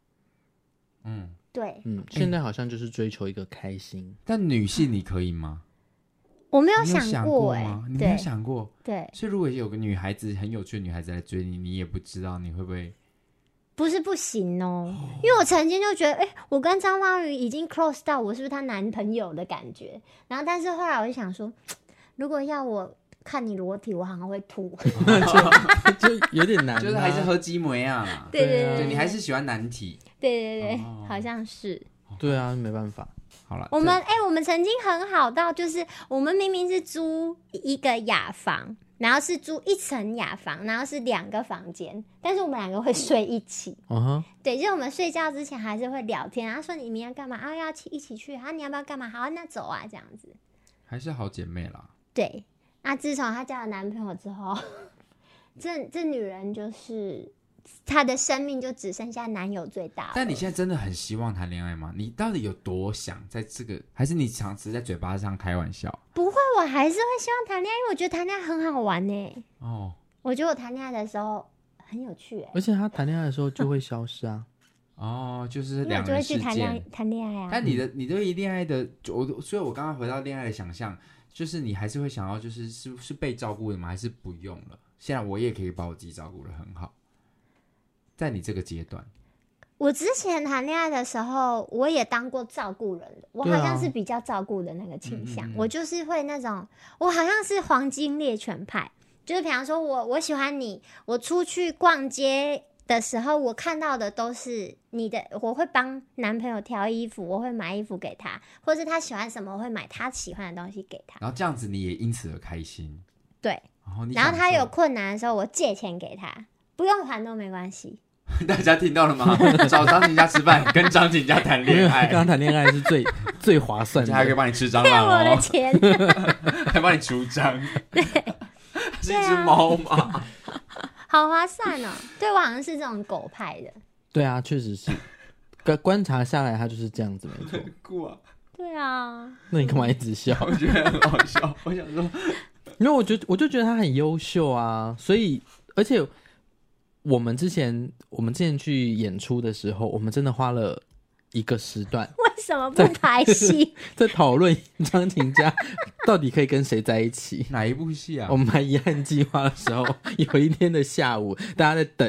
A: 嗯，
C: 对
B: 嗯，现在好像就是追求一个
A: *laughs*
B: 开心，
A: 但女性你可以吗？
C: 我没
A: 没
C: 有
A: 想
C: 过哎、
A: 吗？你没有
C: 对
A: 想过？
C: 对，
A: 所以如果有个女孩子很有趣的女孩子来追你，你也不知道你会不会
C: 不是不行哦、因为我曾经就觉得，哎、我跟张曼玉已经 close 到我是不是她男朋友的感觉，然后但是后来我就想说，如果要我看你裸体，我好像会吐。
B: 就有点难、啊，
A: 就是还是喝鸡梅啊？
C: 对
B: 对
C: 对
B: 啊
A: 对，你还是喜欢难题。
C: 对对对，
A: 哦
C: 好像是。
B: 对啊，没
A: *laughs*
B: 办法。
A: 好了，
C: 我们哎、我们曾经很好到，就是我们明明是租一个雅房，然后是租一层雅房，然后是两个房间，但是我们两个会睡一起。
B: 嗯哼，
C: 对，就是我们睡觉之前还是会聊天。他说你明天干嘛啊？要去一起去啊？你要不要干嘛？好、啊，那走啊，这样子。
A: 还是好姐妹啦。
C: 对，那自从她交了男朋友之后， *laughs* 这这女人就是她的生命就只剩下男友最大了。
A: 但你现在真的很希望谈恋爱吗？你到底有多想在这个？还是你常只在嘴巴上开玩笑？
C: 不会，我还是会希望谈恋爱，因为我觉得谈恋爱很好玩呢、欸
A: 哦
C: 我觉得我谈恋爱的时候很有趣、欸，
B: 而且他谈恋爱的时候就会消失啊。
A: 哦，就是
C: 因为我
A: 两
C: 就会
A: 人
C: 去
A: 世
C: 谈恋爱
A: 界。
C: 谈恋爱啊。
A: 但你的你对恋爱的，就我所以，我刚刚回到恋爱的想象，就是你还是会想要，就是是是被照顾的吗？还是不用了？现在我也可以把我自己照顾的很好，在你这个阶段，
C: 我之前谈恋爱的时候，我也当过照顾人，我好
B: 对啊
C: 像是比较照顾的那个倾向，
A: 嗯嗯嗯
C: 我就是会那种，我好像是黄金猎犬派，就是比方说我我喜欢你，我出去逛街。的时候，我看到的都是你的，我会帮男朋友挑衣服，我会买衣服给他，或是他喜欢什么，我会买他喜欢的东西给他。
A: 然后这样子你也因此而开心。
C: 对，
A: 然后你
C: 然后
A: 享
C: 他
A: 受
C: 有困难的时候，我借钱给他，不用还都没关系。
A: 大家听到了吗？ *laughs* 找张景佳吃饭，跟张景佳谈
B: 没
A: *laughs*
B: 有，
A: 恋
B: 跟他
A: 爱，
B: 谈恋爱是
A: *laughs*
B: 最最划算
A: 人
B: 的
A: 家。还可以帮你吃蟑
C: 骗
A: 螂
C: 我的
A: 哦，
C: 钱，
A: 还帮你除蟑。
C: *laughs*
A: 是一
C: 对
A: 只
C: 啊
A: 猫嘛？
C: 好划算哦！对我好像是这种狗派的，
B: 对啊，确实是。观观察下来，他就是这样子，
A: *laughs*
B: 没错。
A: *laughs* 酷啊！
C: 对啊，
B: 那你干嘛一直笑？
A: 我觉得很好笑。我想说，
B: 因为我觉得我就觉得他很优秀啊，所以而且我们之前我们之前去演出的时候，我们真的花了一个时段 *laughs*
C: 为什么不排戏？
B: 在讨论张庭佳到底可以跟谁在
A: *laughs*
B: 一起。
A: 哪一部戏啊？
B: 我们排遗憾计划的时候，有一天的下午，大家在等，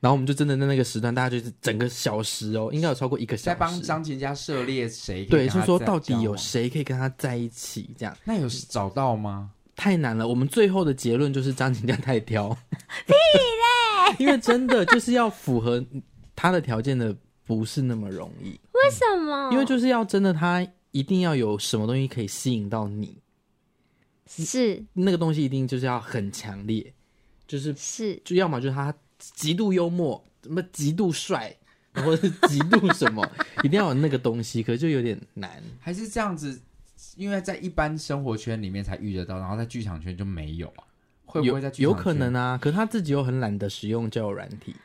B: 然后我们就真的在那个时段，大家就是整个小时哦，应该有超过一个小
A: 在
B: 时。
A: 帮张琴家涉猎谁？
B: 对，就
A: 啊
B: 说到底有
A: 谁？
B: 谁可以跟他在一起，这样
A: 那有找到吗？
B: 太难了。我们最后的结论就是张景佳太挑，屁嘞！因为真的就是要符合他的条件的，不是那么容易，
C: *laughs* 为什么？
B: 因为就是要真的他一定要有什么东西可以吸引到你，
C: 是
B: 那个东西一定就是要很强烈，就是
C: 是
B: 就要么就是他极度幽默，什么极度帅，然后是极度什么， *laughs* 一定要有那个东西，可是就有点难。
A: 还是这样子？因为在一般生活圈里面才遇得到，然后在剧场圈就没有啊？会不会在剧
B: 有
A: 场
B: 有可能
A: 啊？
B: 啊？可是他自己又很懒得使用交友软体，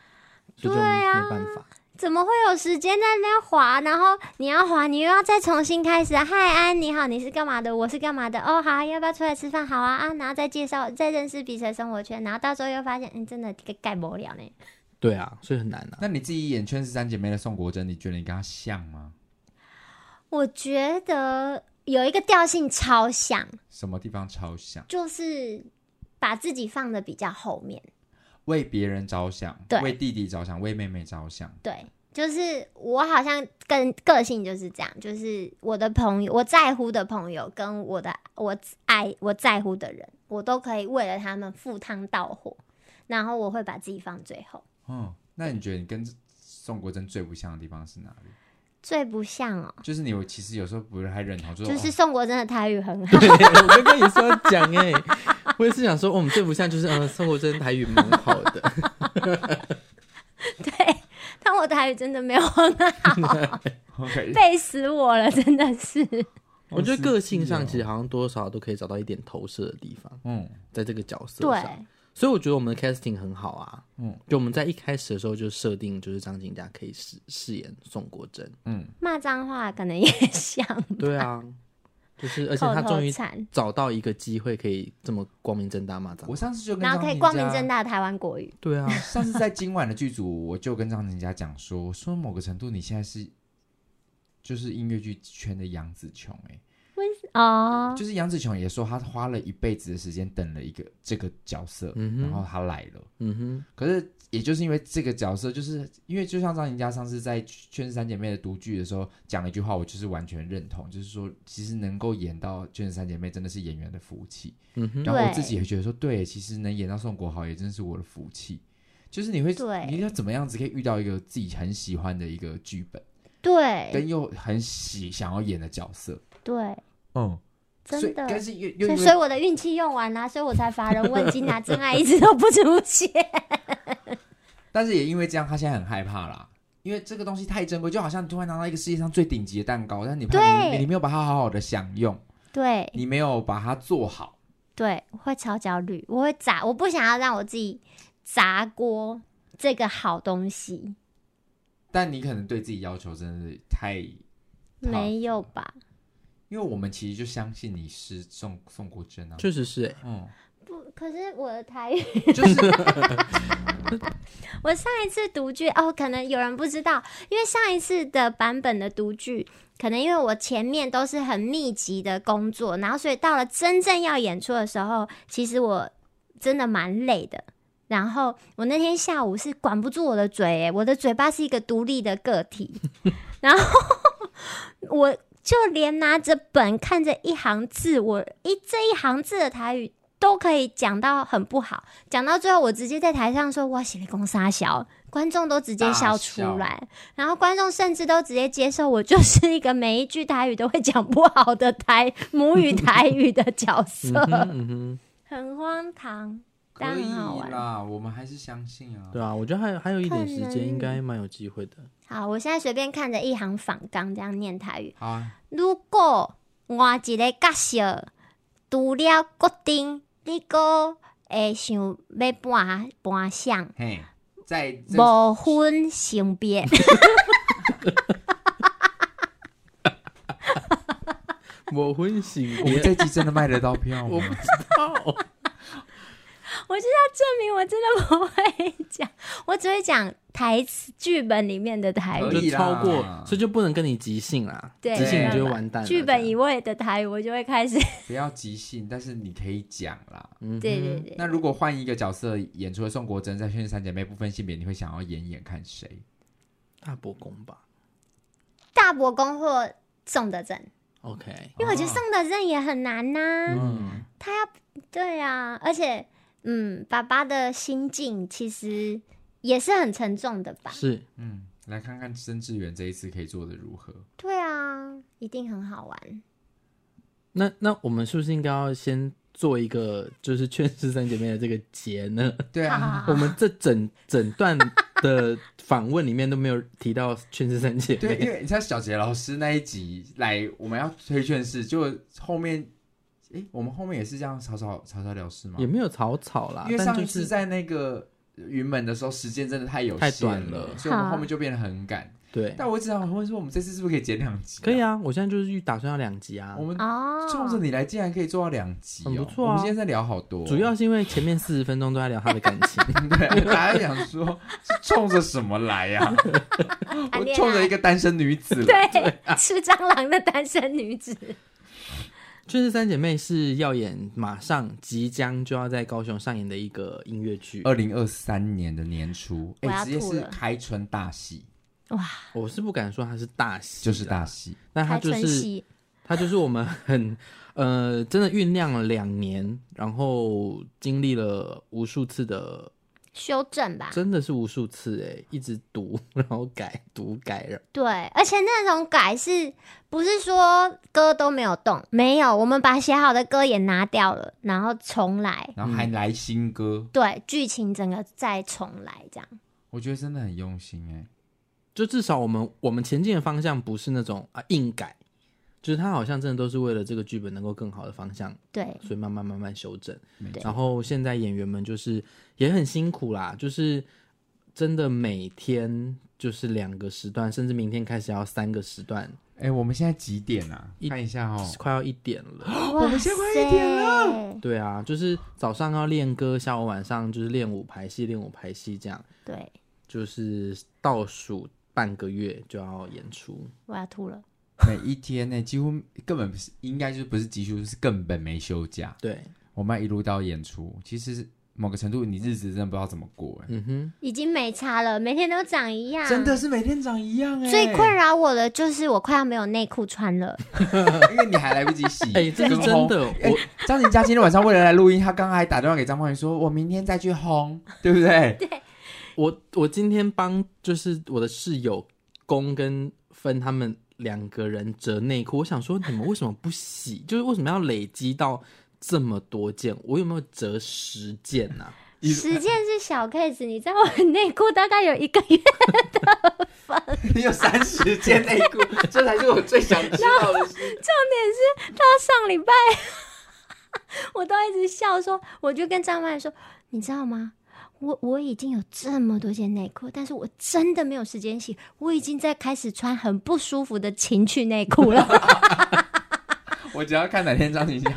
B: 所以就
C: 对啊
B: 没办法。
C: 怎么会有时间在那边滑？然后你要滑，你又要再重新开始。嗨，安，你好，你是干嘛的？我是干嘛的？哦，好啊，要不要出来吃饭？好啊，啊，然后再介绍，再认识彼此的生活圈，然后到时候又发现，嗯，真的盖盖不了呢。
B: 对啊，所以很难啊。
A: 那你自己演《圈十三姐妹》的宋国珍，你觉得你跟她像吗？
C: 我觉得有一个调性超像，
A: 什么地方超像？
C: 就是把自己放的比较后面。
A: 为别人着想，
C: 对
A: 为弟弟着想，为妹妹着想。
C: 对，就是我好像跟个性就是这样，就是我的朋友，我在乎的朋友，跟我的我爱我在乎的人，我都可以为了他们赴汤蹈火，然后我会把自己放最后。
A: 嗯，那你觉得你跟宋国珍最不像的地方是哪里？
C: 最不像哦，
A: 就是你有其实有时候不太认同，就是
C: 就是
A: 哦
C: 宋国真的台语很好，*laughs*
B: *laughs* 对，我刚刚也是要讲哎、我也是想说，我们最不像就是嗯，生活真的台语蛮好 *laughs* 的，
C: 对，但我台语真的没有很好，
A: 哦 OK，
C: 背死我了，真的是。
B: 我觉得个性上其
A: 实
B: 实好像多少都可以找到一点投射的地方，
A: 嗯，
B: 在这个角色
C: 对，
B: 上。所以我觉得我们的 casting 很好啊，嗯
A: 嗯，
B: 就我们在一开始的时候就设定就是张静佳可以饰饰演宋国珍，
A: 嗯
C: 骂脏话可能也像，
B: 对啊，就是而且
C: 口
B: 他终
C: 头
B: 于
C: 禅，
B: 找到一个机会可以这么光明正大骂脏话
A: 我上次就跟
C: 然后可以
A: 张庭
C: 光明
A: 佳
C: 正大的台湾国语。
B: 对啊，
A: 上次在今晚的剧组，我就跟张庭佳讲说，我说某个程度你现在是就是音乐剧圈的杨紫琼、欸，
C: 哦，
A: 就是杨紫琼也说她花了一辈子的时间等了一个这个角色，
B: 嗯哼
A: 然后她来了。
B: 嗯
A: 可是也就是因为这个角色，就是因为就像张庭佳上次在《圈子三姐妹》的独剧的时候讲了一句话，我就是完全认同，就是说其实能够演到《圈子三姐妹》真的是演员的福气。
B: 哼，嗯哼，
A: 然后我
C: 对
A: 自己也觉得说，对，其实能演到宋国豪也真是我的福气。就是你会，
C: 对
A: 你要怎么样子可以遇到一个自己很喜欢的一个剧本，
C: 对
A: 跟又很喜想要演的角色，
C: 对，
A: 嗯，所
C: 真
A: 以
C: 的。
A: 但是又又
C: 所以，
A: 因
C: 所以
A: 为
C: 我的运气用完啦、所以我才乏人问津啊，真爱一直都不出现。
A: 但是也因为这样，他现在很害怕啦，因为这个东西太珍贵，就好像你突然拿到一个世界上最顶级的蛋糕，但你怕
C: 对
A: 你你没有把它好好的享用，
C: *laughs* 对
A: 你没有把它做好，
C: 对，我会超焦虑，我会砸，我不想要让我自己砸锅这个好东西，
A: 但你可能对自己要求真的是太，
C: 没有吧？
A: 因为我们其实就相信你是宋宋国珍啊，
B: 确实是哎、
A: 嗯。
C: 不，可是我的台语， *laughs*
A: 就是
C: 我上一次读剧哦，可能有人不知道，因为上一次的版本的读剧，可能因为我前面都是很密集的工作，然后所以到了真正要演出的时候，其实我真的蛮累的。然后我那天下午是管不住我的嘴、欸，我的嘴巴是一个独立的个体，然后我就连拿着本看着一行字，我一这一行字的台语都可以讲到很不好，讲到最后我直接在台上说哇，写了公杀小，观众都直接笑出来，然后观众甚至都直接接受我就是一个每一句台语都会讲不好的台母语台语的角色，
B: 嗯哼，
C: 很荒唐，但
A: 可以
C: 很好玩。
A: 啦，我们还是相信啊。
B: 对啊，我觉得还有还有一点时
C: 看
B: 间，
C: 人
B: 应该蛮有机会的。
C: 好，我现在随便看着一行仿纲这样念台语。
A: 好啊，
C: 如果换一个角色，除了固定，你个会想要搬搬向，
A: *laughs* 嘿，在这
C: 无分性别。
B: 我婚醒
A: *laughs* 我们
B: 别，
A: 这集真的卖得到票
B: 我
A: 吗
B: 不？知道。
C: *laughs* 我就是要证明我真的不会讲，我只会讲台词剧本里面的台
A: 可
C: 语，
B: 就
A: 以啦
B: 超过，所以就不能跟你即兴啦，
C: 对
B: 即兴你就会完蛋了。嗯
C: 剧本以
B: 外，
C: 外的台语，我就会开始。
A: 不要即兴，但是你可以讲啦。
B: 嗯
C: *laughs*
B: 哼
C: 对对对，
A: 那如果换一个角色演出了宋国珍在《轩辕三姐妹》不分性别，你会想要演演看谁？
B: 大伯公吧
C: 大伯公或宋德正，
B: ，OK，
C: 因为我觉得
A: 哦
C: 宋德正也很难呐、
B: 哦嗯，
C: 对啊，而且，嗯，爸爸的心境其实也是很沉重的吧？
B: 是
A: 嗯，来看看申智远这一次可以做的
C: *laughs*
A: 如何。
C: 对啊，一定很好玩。
B: 那那我们是不是应该要先做一个就是《劝世三姐妹》的这个结呢？
A: 对
C: 好
A: 啊，
C: 好好
B: 我们这整整段的访问里面都没有提到《劝世三姐
A: 对，啊
B: 妹
A: 因》，为你像小杰老师那一集来，我们要推劝是，就后面，诶，我们后面也是这样草草草草了事吗
B: 也？没有草草啦，
A: 因为
B: 啊但
A: 上
B: 就
A: 一次
B: 是
A: 在那个云门的时候，时间真的太有
B: 太
A: 限
B: 短
A: 了，
B: 了
A: 所以我们
C: 好
A: 后面就变得很赶。
B: 对，
A: 但我只想问说，我们这次是不是可以剪两集、
B: 可以
A: 啊，
B: 啊，我现在就是打算要两集啊
A: 我。们
C: 哦，
A: 冲着你来，竟然可以做到两集、哦，
B: 很不错啊
A: 我们今天在聊好多哦、
B: 主要是因为前面四十分钟都在聊他的感情，
A: *laughs*
B: *laughs*
A: 对，我本来想说，是冲着什么
C: *laughs*
A: 来呀、我
C: 谈恋爱啊
A: 冲着一个单身女子来。
C: 对， *laughs* 吃蟑螂的单身女子，
B: 确实，三姐妹是要演马上即将就要在高雄上演的一个音乐剧。
A: 二零二三年的年初，
C: 我要
A: 哎，直接
C: 吐
A: 是
C: 了
A: 开春大戏，
B: 我是不敢说它是啊大戏，
A: 就是大，戏。
B: 那它
C: 开
B: 就
C: 春
B: 是
C: 戏，
B: 它就是我们很 *laughs* 呃，真的酝酿了两年，然后经历了无数次的，
C: 修正吧。
B: 真的是无数次哎、一直读，然后改读改，然后
C: 对，而且那种改是不是说歌都没有动？没有，我们把写好的歌也拿掉了，然后重来。
A: 然后还来新歌，
C: 对，剧情整个再重来这样。
A: 我觉得真的很用心哎。
B: 就至少我们我们前进的方向不是那种啊硬改，就是它好像真的都是为了这个剧本能够更好的方向，
C: 对，
B: 所以慢慢慢慢修正。
A: 没
C: 对
B: 然后现在演员们就是也很辛苦啦，就是真的每天就是两个时段，甚至明天开始要三个时段，
A: 哎，我们现在几点啊？
B: 一
A: 看一下哦，
B: 快要一点了。
C: 哦我们先快一点了。
B: 对啊，就是早上要练歌，下午晚上就是练舞排戏，练舞排戏这样，
C: 对，
B: 就是倒数半个月就要演出。
C: 我要吐了。
A: *laughs* 每一天呢，几乎根本不是，应该就是不是几乎是根本没休假。
B: 对，
A: 我们要一路到演出，其实某个程度你日子真的不知道怎么过哎，
B: 嗯哼，
C: 已经没差了，每天都长一样。
A: 真的是每天长一样哎。
C: 最困扰我的就是我快要没有内裤穿 *laughs* 了。
A: *laughs* 因为你还来不及 *laughs* 洗。
B: 哎、这是
A: 跟
B: 真
A: 烘
B: 的，
A: 哎
B: 我
A: 张景佳今天晚上为了来录音，她刚刚还打电话给张焕宇说：“我明天再去 *laughs* 烘，对不对？”
B: 我我今天帮就是我的室友公跟芬他们两个人折内裤，我想说你们为什么不洗？ *laughs* 就是为什么要累积到这么多件？我有没有折十件呢、啊？
C: 十件是小 case，你知道我内裤大概有一个月。
A: 你有三十件内
C: *laughs*
A: 裤，这才是我最想知道的事。
C: 到上礼拜， *laughs* 我都一直笑说，我就跟张曼说，你知道吗？我我已经有这么多件内裤，但是我真的没有时间洗，我已经在开始穿很不舒服的情趣内裤了。 *laughs*
A: 我只要看哪天张景佳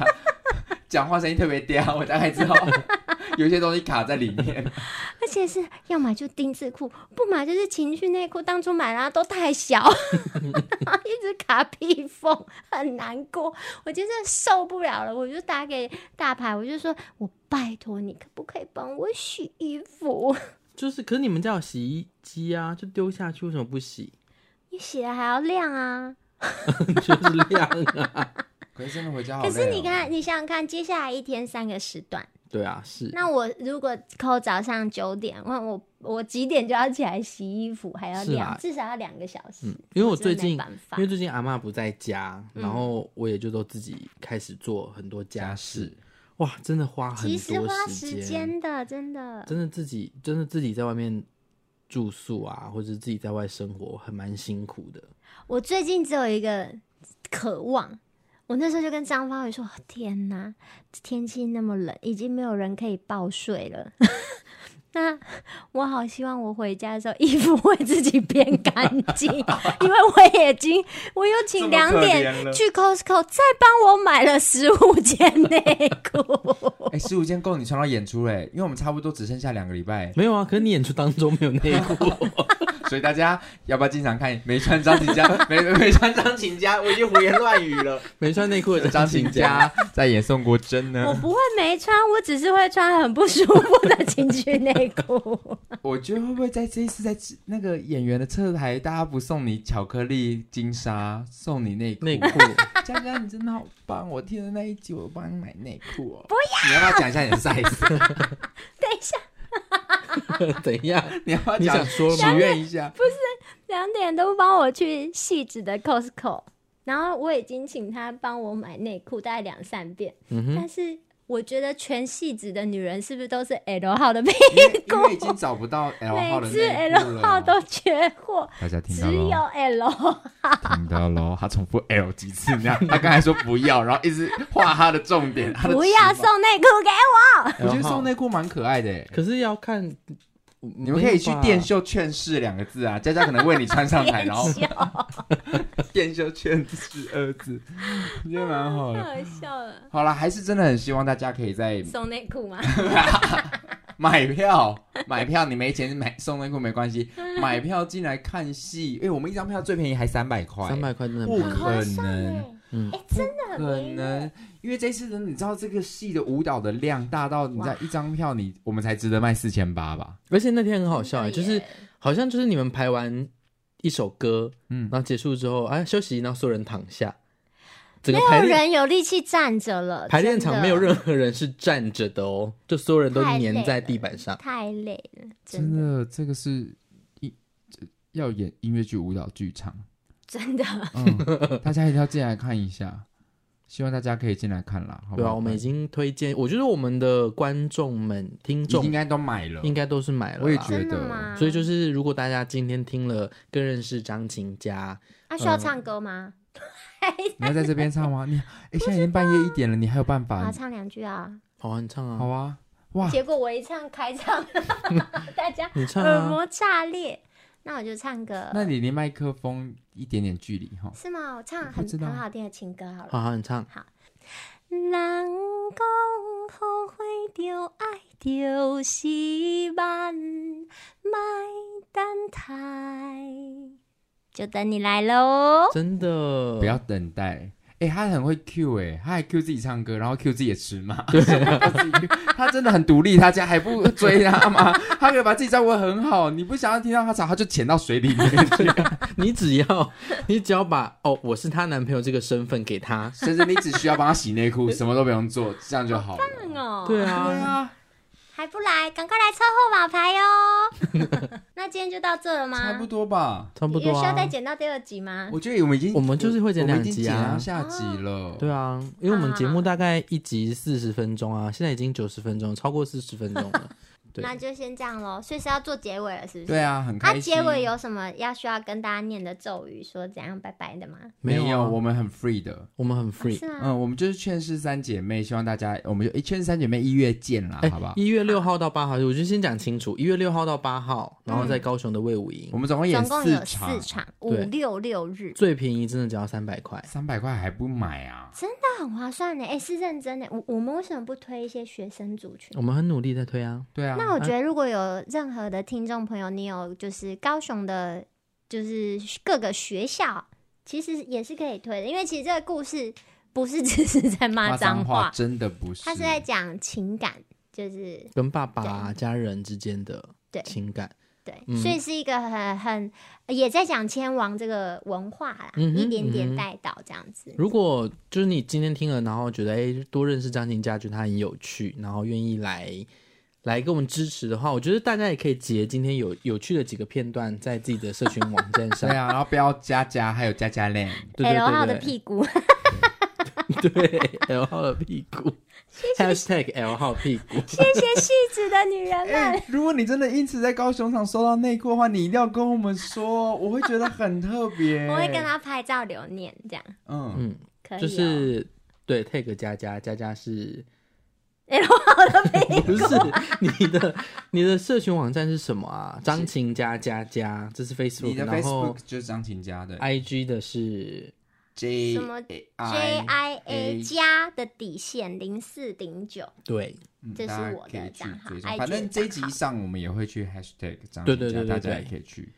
A: *laughs* 讲话声音特别嗲，我大概知道 *laughs* 有些东西卡在里面。
C: 而且是要买就丁字裤，不买就是情趣内裤。当初买啦、都太小， *laughs* 然后一直卡屁缝，很难过。我真的受不了了，我就打给大牌，我就说我拜托你，可不可以帮我洗衣服？
B: 就是，可是你们家有洗衣机啊，就丢下去，为什么不洗？ *laughs*
C: 你洗了还要晾啊。
B: 就是晾啊， *laughs*
A: 可是真的回家好累、
C: 可
A: 哦。
C: 是你看，，你想想看，接下来一天三个时段，
B: 对啊，是。
C: 那我如果扣早上九点，问我我几点就要起来洗衣服，还要
B: 是啊
C: 晾，至少要两个小时。
B: 嗯，因为我
C: 我
B: 最
C: 真的
B: 近，
C: 没办
B: 因
C: 法
B: 为最近阿嬷不在家，
C: 嗯
B: 然后我也就都自己开始做很多家
A: 家
B: 事，
A: 事
B: 哇，真的花很
C: 其
B: 多
C: 实花
B: 时
C: 时
B: 间，
C: 间的，真的。
B: 真的自己真的自己在外面住宿啊，或者自己在外生活，很蛮辛苦的。
C: 我最近只有一个渴望，我那时候就跟张方宇说：“天哪，天气那么冷，已经没有人可以报睡了。” *laughs* 那我好希望我回家的时候衣服会自己变干
D: *laughs*
C: 净，因为我已经我有请两点
D: 这么可怜了
C: 去 Costco 再帮我买了十五件内
D: *laughs*
C: 裤。
A: 哎，十五件够你穿到演出哎嘞，因为我们差不多只剩下两个礼拜，
B: 没有啊，可是你演出当中没有内裤，
A: *laughs* 所以大家要不要经常看没穿张琴佳？没没没穿张琴佳，我已经胡言乱语了。
B: *laughs* 没穿内裤的
A: 张哦
B: 张
A: 琴
B: 琴
A: 佳
B: 佳，
A: 在演宋国珍
C: 我
A: 呢？
C: 不会没穿，我只是会穿很不舒服的情趣内裤。
A: 我觉得会不会在这一次在那个演员的侧台，大家不送你巧克力金沙，送你内裤？
B: 内裤 *laughs*
A: 佳佳，你真的好棒！我听了那一集，我帮你买内裤哦。不要！你要不要讲一下你的 *laughs* size？
C: 等一下，
B: 怎样？
A: 你要不要
B: 你
A: 讲
B: 想说
A: 许
B: 吗？
A: 愿一下？
C: 两点都帮我去细致的 Costco，然后我已经请他帮我买内裤大概两三遍，
B: 嗯哼，
C: 但是我觉得全细致的女人是不是都是 L 号的屁
A: 因为因为已
C: 股？
A: 经找不到 L 号的
C: 每次
A: 内裤
C: L
A: 了。
C: 号都缺货，
A: 大家听到
C: 只有
A: 了，哦
C: L。
A: 听到了，他重复 L 几次那样？他刚才说不要，然后一直画他的重点。他的
C: 不要
A: 期
C: 送内裤给我，
A: 望。我觉得送内裤蛮可爱的耶。
B: 可是要看，
A: *laughs* 你
B: 你
A: 们可以去电秀劝世两个字啊，佳佳可能为你穿上台，然后电秀劝世二字，我觉得蛮好的。
C: 太好笑了。
A: 好啦，还是真的很希望大家可以在
C: 送内裤吗？
A: 买
C: *laughs*
A: 票，买票，你没钱买送内裤没关系，买票进来看戏，哎、我们一张票最便宜还三百块，
B: 三百块真的很
A: 不
B: 便宜
A: 可能，
B: *laughs* 嗯
C: 哎、真的很
A: 可
C: 便宜
A: 能，因为这次的你知道这个戏的舞蹈的量大到，你知道一张票你我们才值得卖四千八吧？
B: 而且那天很好笑、欸，
C: 真的
B: 就是
C: 耶
B: 好像就是你们排完一首歌，
A: 嗯
B: 嗯，然后结束之后，哎、休息，然后所有人躺下，整个
C: 没
B: 排
C: 有
B: 练
C: 人有力气站着了，
B: 排
C: 真
B: 练
C: 的
B: 场没有任何人是站着的哦， *laughs* 就所有人都
C: 太累
B: 粘在
C: 了
B: 地板上。
C: 太累了，真
A: 真
C: 的
A: 的，这个是一这要演音乐剧、舞蹈剧
B: *laughs*
A: 场，
C: 真的。
A: 嗯，大家一定要进来看一下，希望大家可以进来看啦，好不
B: 对啊，
A: 好？
B: 我们已经推荐，我觉得我们的观众们、听众
A: 应该都买了，
B: 应该都是买了啦，
A: 我也觉
C: 真的
A: 得
C: 吗？
B: 所以就是，如果大家今天听了更认识张琴佳，
C: 啊，
B: 嗯
C: 需要唱歌
B: *laughs*
C: 吗？
A: 你要在这边唱吗？你哎，现在已经半夜一点了，你还有办
C: 啊，
A: 法？
C: 唱两句啊。
B: 好啊，你唱
A: 好
B: 啊，
A: 啊，哇，
C: 结果我一唱开
A: *laughs*
C: 唱，大家
B: 你唱
C: 耳
B: 啊，
C: 膜炸裂。那我就唱个，
A: 那你离麦克风一点点距离哈。
C: 是吗？我唱
A: 我
C: 很
A: 不知道
C: 很好听的情歌好了。
B: 好好，你唱，
C: 人讲后悔着爱着是慢，莫等待，就等你来喽。
B: 真的
A: 不要等待。哎、他很会 Q 哎、他还 Q 自己唱歌，然后 Q 自己也吃
B: *laughs*
A: 嘛。对，
B: 啊
A: *laughs* 他真的很独立，他家还不追他吗？ *laughs* 他可以把自己照顾得很好。你不想要听到他吵，他就潜到水里面
B: *laughs*
A: 去。
B: 你只要 *laughs* 你只要把哦，我是她男朋友这个身份给她，
A: 甚至你只需要帮他洗内裤，什么都不用做，这样就
C: *laughs*
A: 好了。
C: 哦，
B: 对
A: 对
B: 啊，
A: 啊，
C: 还不来，赶快来抽号码牌哦。 *laughs* 那今天就到这了吗？
A: 差不多吧。
B: 差不多
C: 有需要
B: 啊
C: 再，剪到第二集吗？
A: 我觉得我们已经，
B: 我们就是会剪两
A: 我们已经
B: 集
A: 剪
B: 啊
A: 到下集了。
B: 对啊，因为我们节
C: 啊
B: 目大概一集四十分钟啊，现在已经九十分钟，超过四十分钟
C: *laughs*
B: 了，对
C: 那就先这样喽。所以是要做结尾了，是不是？
A: 对。啊，很
C: 啊，
A: 开心。
C: 结尾有什么要需要跟大家念的咒语，说怎样拜拜的吗？
A: 没有？
B: 有啊，
A: 我们很 free 的。
B: 我们很
C: 啊
B: free，
C: 是吗？
A: 嗯，我们就是劝世三姐妹，希望大家，我们就诶劝世三姐妹一月见啦，好不好？
B: 哎一月六号到八号，我就先讲清楚，一月六号到八号，
C: 嗯
B: 然后在高雄的魏武营
A: 我，们总共演
C: 总共有
A: 场
C: 四，场，五
B: 对
C: 六六日，
B: 最便宜真的只要三百块，
A: 三百块还不买啊？
C: 那很划算呢。哎，是认真的。我我们为什么不推一些学生族群？
B: 我们很努力在推啊，
A: 对啊，
C: 那我觉得，如果有任何的听众朋友，你有就是高雄的，就是各个学校，其实也是可以推的，因为其实这个故事不是只是在骂
A: 骂
C: 脏
A: 脏
C: 话，
A: 真的不是，
C: 它是在讲情感，就是
B: 跟爸爸、啊、家人之间的
C: 对
B: 情感，
C: 对，
B: 嗯
C: 所以是一个很很也在讲千王这个文化啦，
B: 嗯哼
C: 一点
B: 嗯
C: 点
B: 哼
C: 带到这样子。
B: 如果就是你今天听了，然后觉得哎、诶多认识张琴佳，觉得她很有趣，然后愿意来来给我们支持的话，我觉得大家也可以截今天有有趣的几个片段，在自己的社群网站上
A: 对，
C: *laughs*
A: 啊，然后不要加加，还有加加链，
B: 对
C: 哎 L 号的
B: 对
C: 屁股， *laughs*
B: 对对 L 号的屁
C: *laughs*
B: 股，#hashtag L 号屁股，
C: 谢谢细致的女人们。
A: 哎，如果你真的因此在高雄场收到内裤的话，你一定要跟我们说，我会觉得很特别。
C: *laughs* 我会跟，她拍照留念，这样
A: 嗯，
B: 嗯，
C: *laughs* 可以、哦。 *laughs*
B: 就是对 tag 佳佳，佳佳是
C: L 好的屁
B: *laughs* 不是你的你的社群网站是什么啊？张琴加加加，这是 Facebook，
A: 你的
B: 嗯然后
A: Facebook 就是张晴家的
B: IG 的是
A: J
C: 什么
A: I A
C: ，JIA 加的底线零四零九，
B: 对
A: 嗯
C: 这是
A: 大家
C: 我的
A: 可以去
C: 账号
A: 追踪
C: IG
A: 反正
C: 的
A: 这一
C: 账
A: 集
C: 号
A: 上我们也会去 hashtag 张
B: 对
A: 晴
B: 对
A: 家，
B: 对对
A: 大家也
B: 对
A: 可以去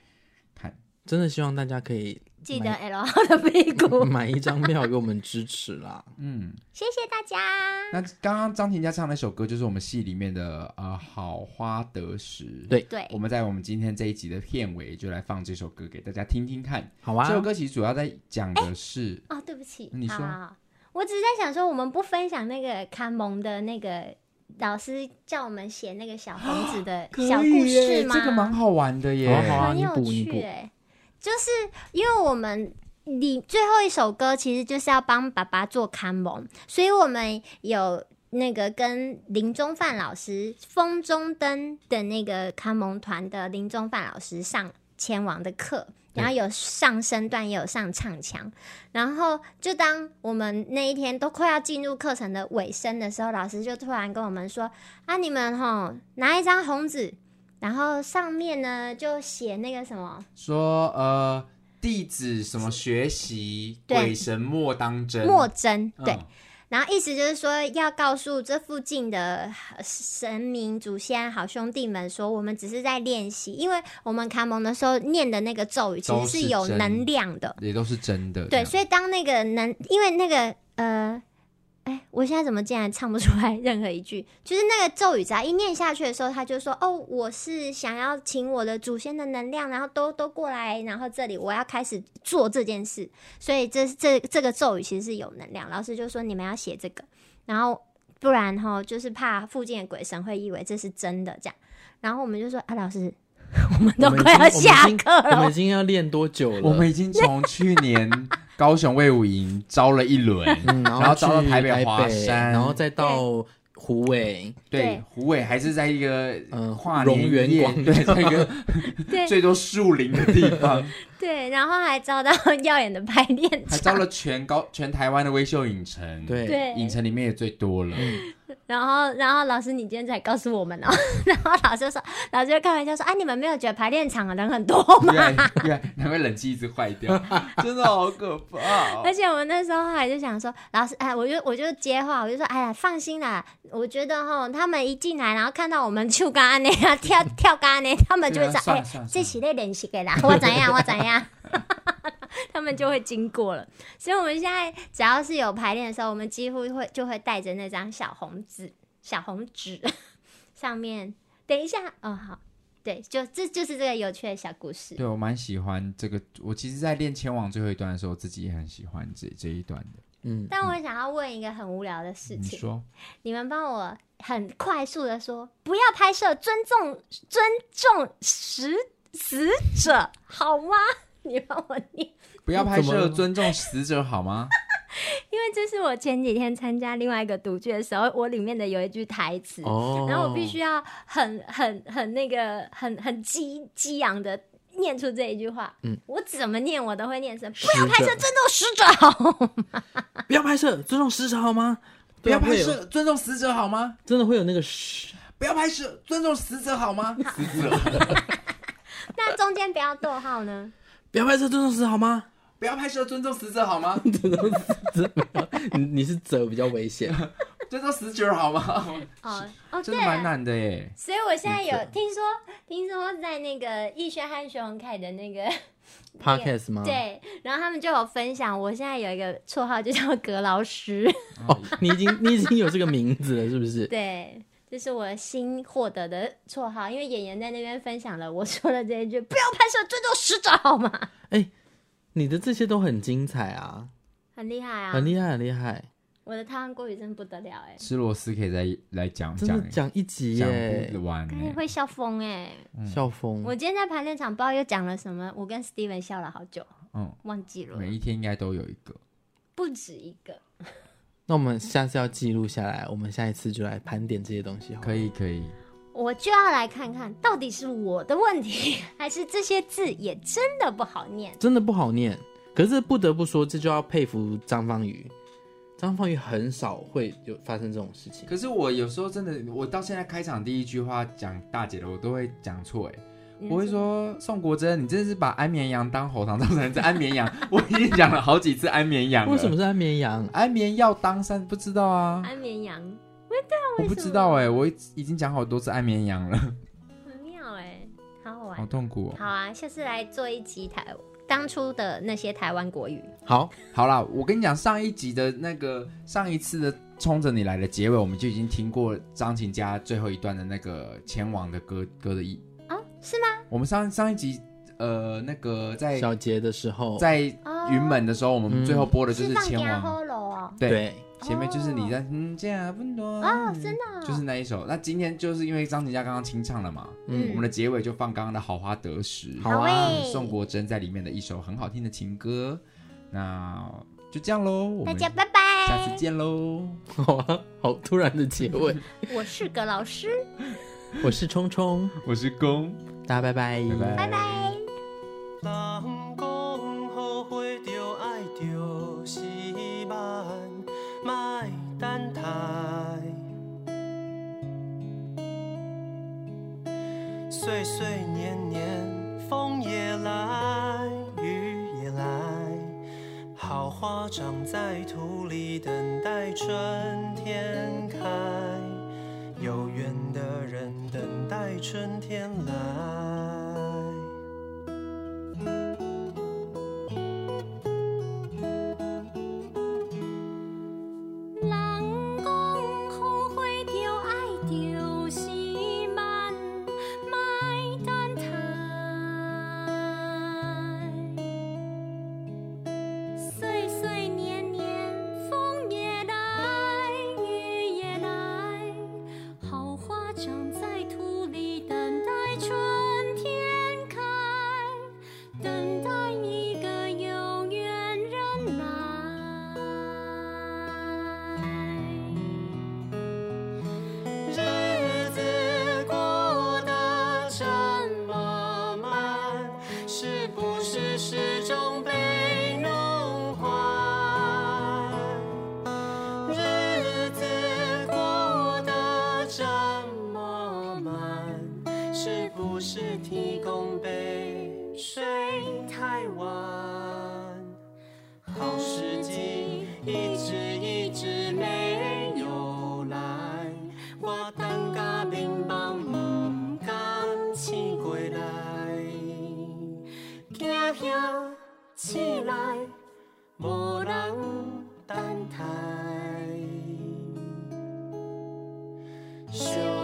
A: 看。
B: 真的希望大家可以
C: 记得
B: 哎
C: L 好的屁
B: *laughs*
C: 股。
B: 买一张票给我们支持啦。
A: 嗯，
C: 谢谢大家。
B: 嗯
A: 那刚刚张婷佳唱那首歌就是我们戏里面的呃《好花得时》。
B: 对
C: 对
A: 我，们在我们今天这一集的片尾就来放这首歌给大家听听看。
B: 好啊
A: 这，首歌其实主要在讲的是，
C: 哦，对不起，
A: 你
C: 好
A: 说
C: 好好我只是在想说，我们不分享那个看蒙的那个老师叫我们写那个
A: *gasps*
C: 小房子的小
A: 可以
C: 故事
A: 耶
C: 吗？
A: 这个蛮好玩的耶。
B: 好啊好啊
C: 很
B: 你
C: 有
B: 补你
C: 趣
B: 补
C: 哎、就是因为我们你最后一首歌其实就是要帮爸爸做看蒙，所以我们有。那个跟林中范老师《风中灯》的那个看蒙团的林中范老师上前王的课，然后有上身段，也有上唱腔，然后就当我们那一天都快要进入课程的尾声的时候，老师就突然跟我们说：“啊，你们吼拿一张红纸，然后上面呢就写那个什么
A: 说呃，弟子什么学习，
C: 对
A: 鬼神莫当真。
C: 墨针，对，
A: 嗯
C: 然后意思就是说要告诉这附近的呃神明、祖先、好兄弟们说，我们只是在练习，因为我们卡蒙的时候念的那个咒语其
A: 都
C: 实
A: 是
C: 是有
A: 真
C: 能量的，
A: 也都是真的。
C: 对，所
A: 以
C: 以当那个能，因为那个呃，哎，我现在怎么竟然唱不出来任何一句？就是那个咒语，只要一念下去的时候，他就说：“哦，我是想要请我的祖先的能量，然后都都过来，然后这里我要开始做这件事。”所以这这这个咒语其实是有能量。老师就说你们要写这个，然后不然哈，就是怕附近的鬼神会以为这是真的这样。然后我们就说：“啊，老师， *laughs* 我们
B: 我
C: 都
B: 们已
C: 快
B: 经
C: 要下课
B: 我们
C: 了
B: 已。经要练多久了？
A: 我们已经从去年高雄卫武营招了一轮，
B: 嗯，
A: 然
B: 然
A: 后
B: 去
A: 找到台
B: 台
A: 北华山
B: 然后再到湖尾，
A: 对
C: 对，
A: 胡伟还是在一个
B: 嗯
A: 跨
B: 荣
A: 年
B: 源
A: 夜
B: 广
A: 对，在一个
C: *laughs* 对
A: 最多树林的地
B: *laughs*
A: 方，
C: 对，然后还遭到 *laughs* 耀眼的排练场，
A: 还招了全高全台湾的微秀影城，，
B: 对，嗯
C: 对，
A: 影城里面也最多了。
C: 然后然后老师你今天才告诉我们哦， *laughs* 然后老师就说，老师就开玩笑说，啊，你们没有觉得排练场的人很多吗？
A: 对对，难怪冷气一直坏
B: *laughs*
A: 掉，真的好可怕、
C: 而
A: 哦。
C: 且我们那时候还就想说，老师，哎，我就我就接话，我就说，哎呀，放心啦，我觉得哈，他们一进来，然后看到我们就干那样跳跳干那，他们就会
A: 对啊
C: 说，
A: 算了
C: 哎
A: 算了，
C: 这系列练习给啦，我怎样，我怎
A: *laughs*
C: 样。他们就会经过了，所以我们现在只要是有排练的时候，我们几乎会就会带着那张小红纸，小红纸 *laughs* 上面。等一下，哦，好，对，就这就是这个有趣的小故事。
A: 对我蛮喜欢这个，我其实，在练前往最后一段的时候，自己也很喜欢这这一段的。
B: 嗯，
C: 但我想要问一个很无聊的事
A: 嗯你
C: 情，
A: 说，
C: 你们帮我很快速的说，不要拍摄，尊重尊重死死者，好吗？ *laughs* 你帮我念，
A: 不要拍
B: 怎么
A: 摄，
B: 了
A: 尊重死者好吗？
C: 因为这是我前几天参加另外一个读剧的时候，我里面的有一句台词，
B: 哦，
C: 然后我必须要很很很那个很很激激昂的念出这一句话。
B: 嗯，
C: 我怎么念我都会念成，不
B: 不
C: 要拍摄，尊重死者，好吗 *laughs*
B: 不要拍摄，尊重时长好吗？
A: 不要
B: 对啊
A: 拍，
B: 会有
A: 摄，尊重死者好吗？
B: 真的会有那个嘘，
A: 不要拍摄，尊重死者
C: *laughs*
A: 好吗？死者，
C: 那中间不要逗号呢？
B: 不要拍摄，尊重时长好吗？
A: 不要拍摄，尊重死者好吗？
B: 尊重死者，你你是者比较
C: *laughs*
B: 危险，
A: 尊重死者好吗？
C: 哦哦，
A: 真
C: 对
A: 的
C: 了
A: 蛮。难的耶。
C: 所以我现在有听说，听说在那个逸轩和熊荣凯的那个
B: podcast 吗？，
C: *laughs* 对，然后他们就有分享，我现在有一个绰号就叫葛老师， *laughs*
B: 哦，你已经你已经有这个名字了，是不是？
C: 对，这是我新获得的绰号，因为演员在那边分享了我说的这一句“不要拍摄，尊重使者”好吗？ *laughs*
B: 你的这些都很精彩啊，
C: 很厉害啊，
B: 很厉害，很厉害，
C: 我的台湾国语真不得了哎、
A: 吃螺丝可以再来讲
B: 真
A: 讲
B: 的讲一集
A: 讲
B: 耶
A: 不，嗯完
C: 刚才
A: 耶。
C: 会笑疯哎、
B: 笑疯
C: 我，今天在排练场不知道又讲了什么，我跟 Steven 笑了好久，
A: 嗯，
C: 忘记了，
A: 每一天应该都有一个。
C: 不止一个。
B: 那我们下次要记录下来，我们下一次就来盘点这些东西，好吗
A: 可以可以，
C: 我就要来看看到底是我的问题， *laughs* 还是这些字也真的不好念。
B: 真的不好念。可是不得不说，这就要佩服张方宇，张方宇很少会有发生这种事情。
A: 可是我有时候真的，我到现在开场第一句话讲大姐的，我都会讲错哎。我会说宋国珍，你真的是把安绵羊当喉糖，造成是
C: *laughs*
A: 安绵羊。我已经讲了好几次安绵羊了。
B: 为什么是安绵羊？
A: 安眠药当山不知道啊？
C: 安绵羊
A: 我
C: 为
A: 不
C: 什
A: 知
C: 么
A: 道哎、我已已经讲好多次安绵羊了，
C: 很妙哎、好好玩
A: 好。痛苦哦。
C: 好啊，下次来做一集台当初的那些台湾国语。
B: 好，
A: 好啦，我跟你讲，上一集的那个上一次的冲着你来的结尾，我们就已经听过张琴家最后一段的那个前往的歌歌的意
C: 啊
A: 是吗？我们上上一集呃那个在
B: 小杰的时候，
A: 在
C: 哦
A: 云门的时候，我们最后播的就是是
C: 嗯放
A: 前
C: 家
A: 往，
C: 后楼哦。
A: 对，
B: 对， *laughs*
A: 前面就是你在嗯这样不多
C: 哦，真的、哦，
A: 嗯就是那一首。那今天就是因为张琴家刚刚清唱了嘛，我
B: 嗯
A: 们的结尾就放刚刚的《好花得时》，
B: 好啊
C: 喂
A: 宋国珍在里面的一首很好听的情歌。那就这样喽，我
C: 大
A: 们
C: 家拜
A: 下次
C: 拜。
A: 见喽。
B: 好啊，好突然的结尾。
C: 我是葛老师，
B: 我是冲冲，
A: 我是公，
B: 大家拜拜，
A: 拜拜
C: 拜拜。
D: 人讲好花着爱着是慢，莫等待。岁岁年年，风也来，雨也来，好花长在土里，等待春天开。有缘的人，等待春天来。
E: 人讲好花着爱着是慢，莫等待。岁岁年年，风也来，雨也来，好花长在土里，等待春天开，等待一个有缘人来。
D: 日子过得这么慢，是不是始终被弄坏？日子过得这么慢，是不是提供杯水太晚？好时机一直一直没有来，我等甲明茫，唔甘醒过来，惊遐醒来，无人等待。相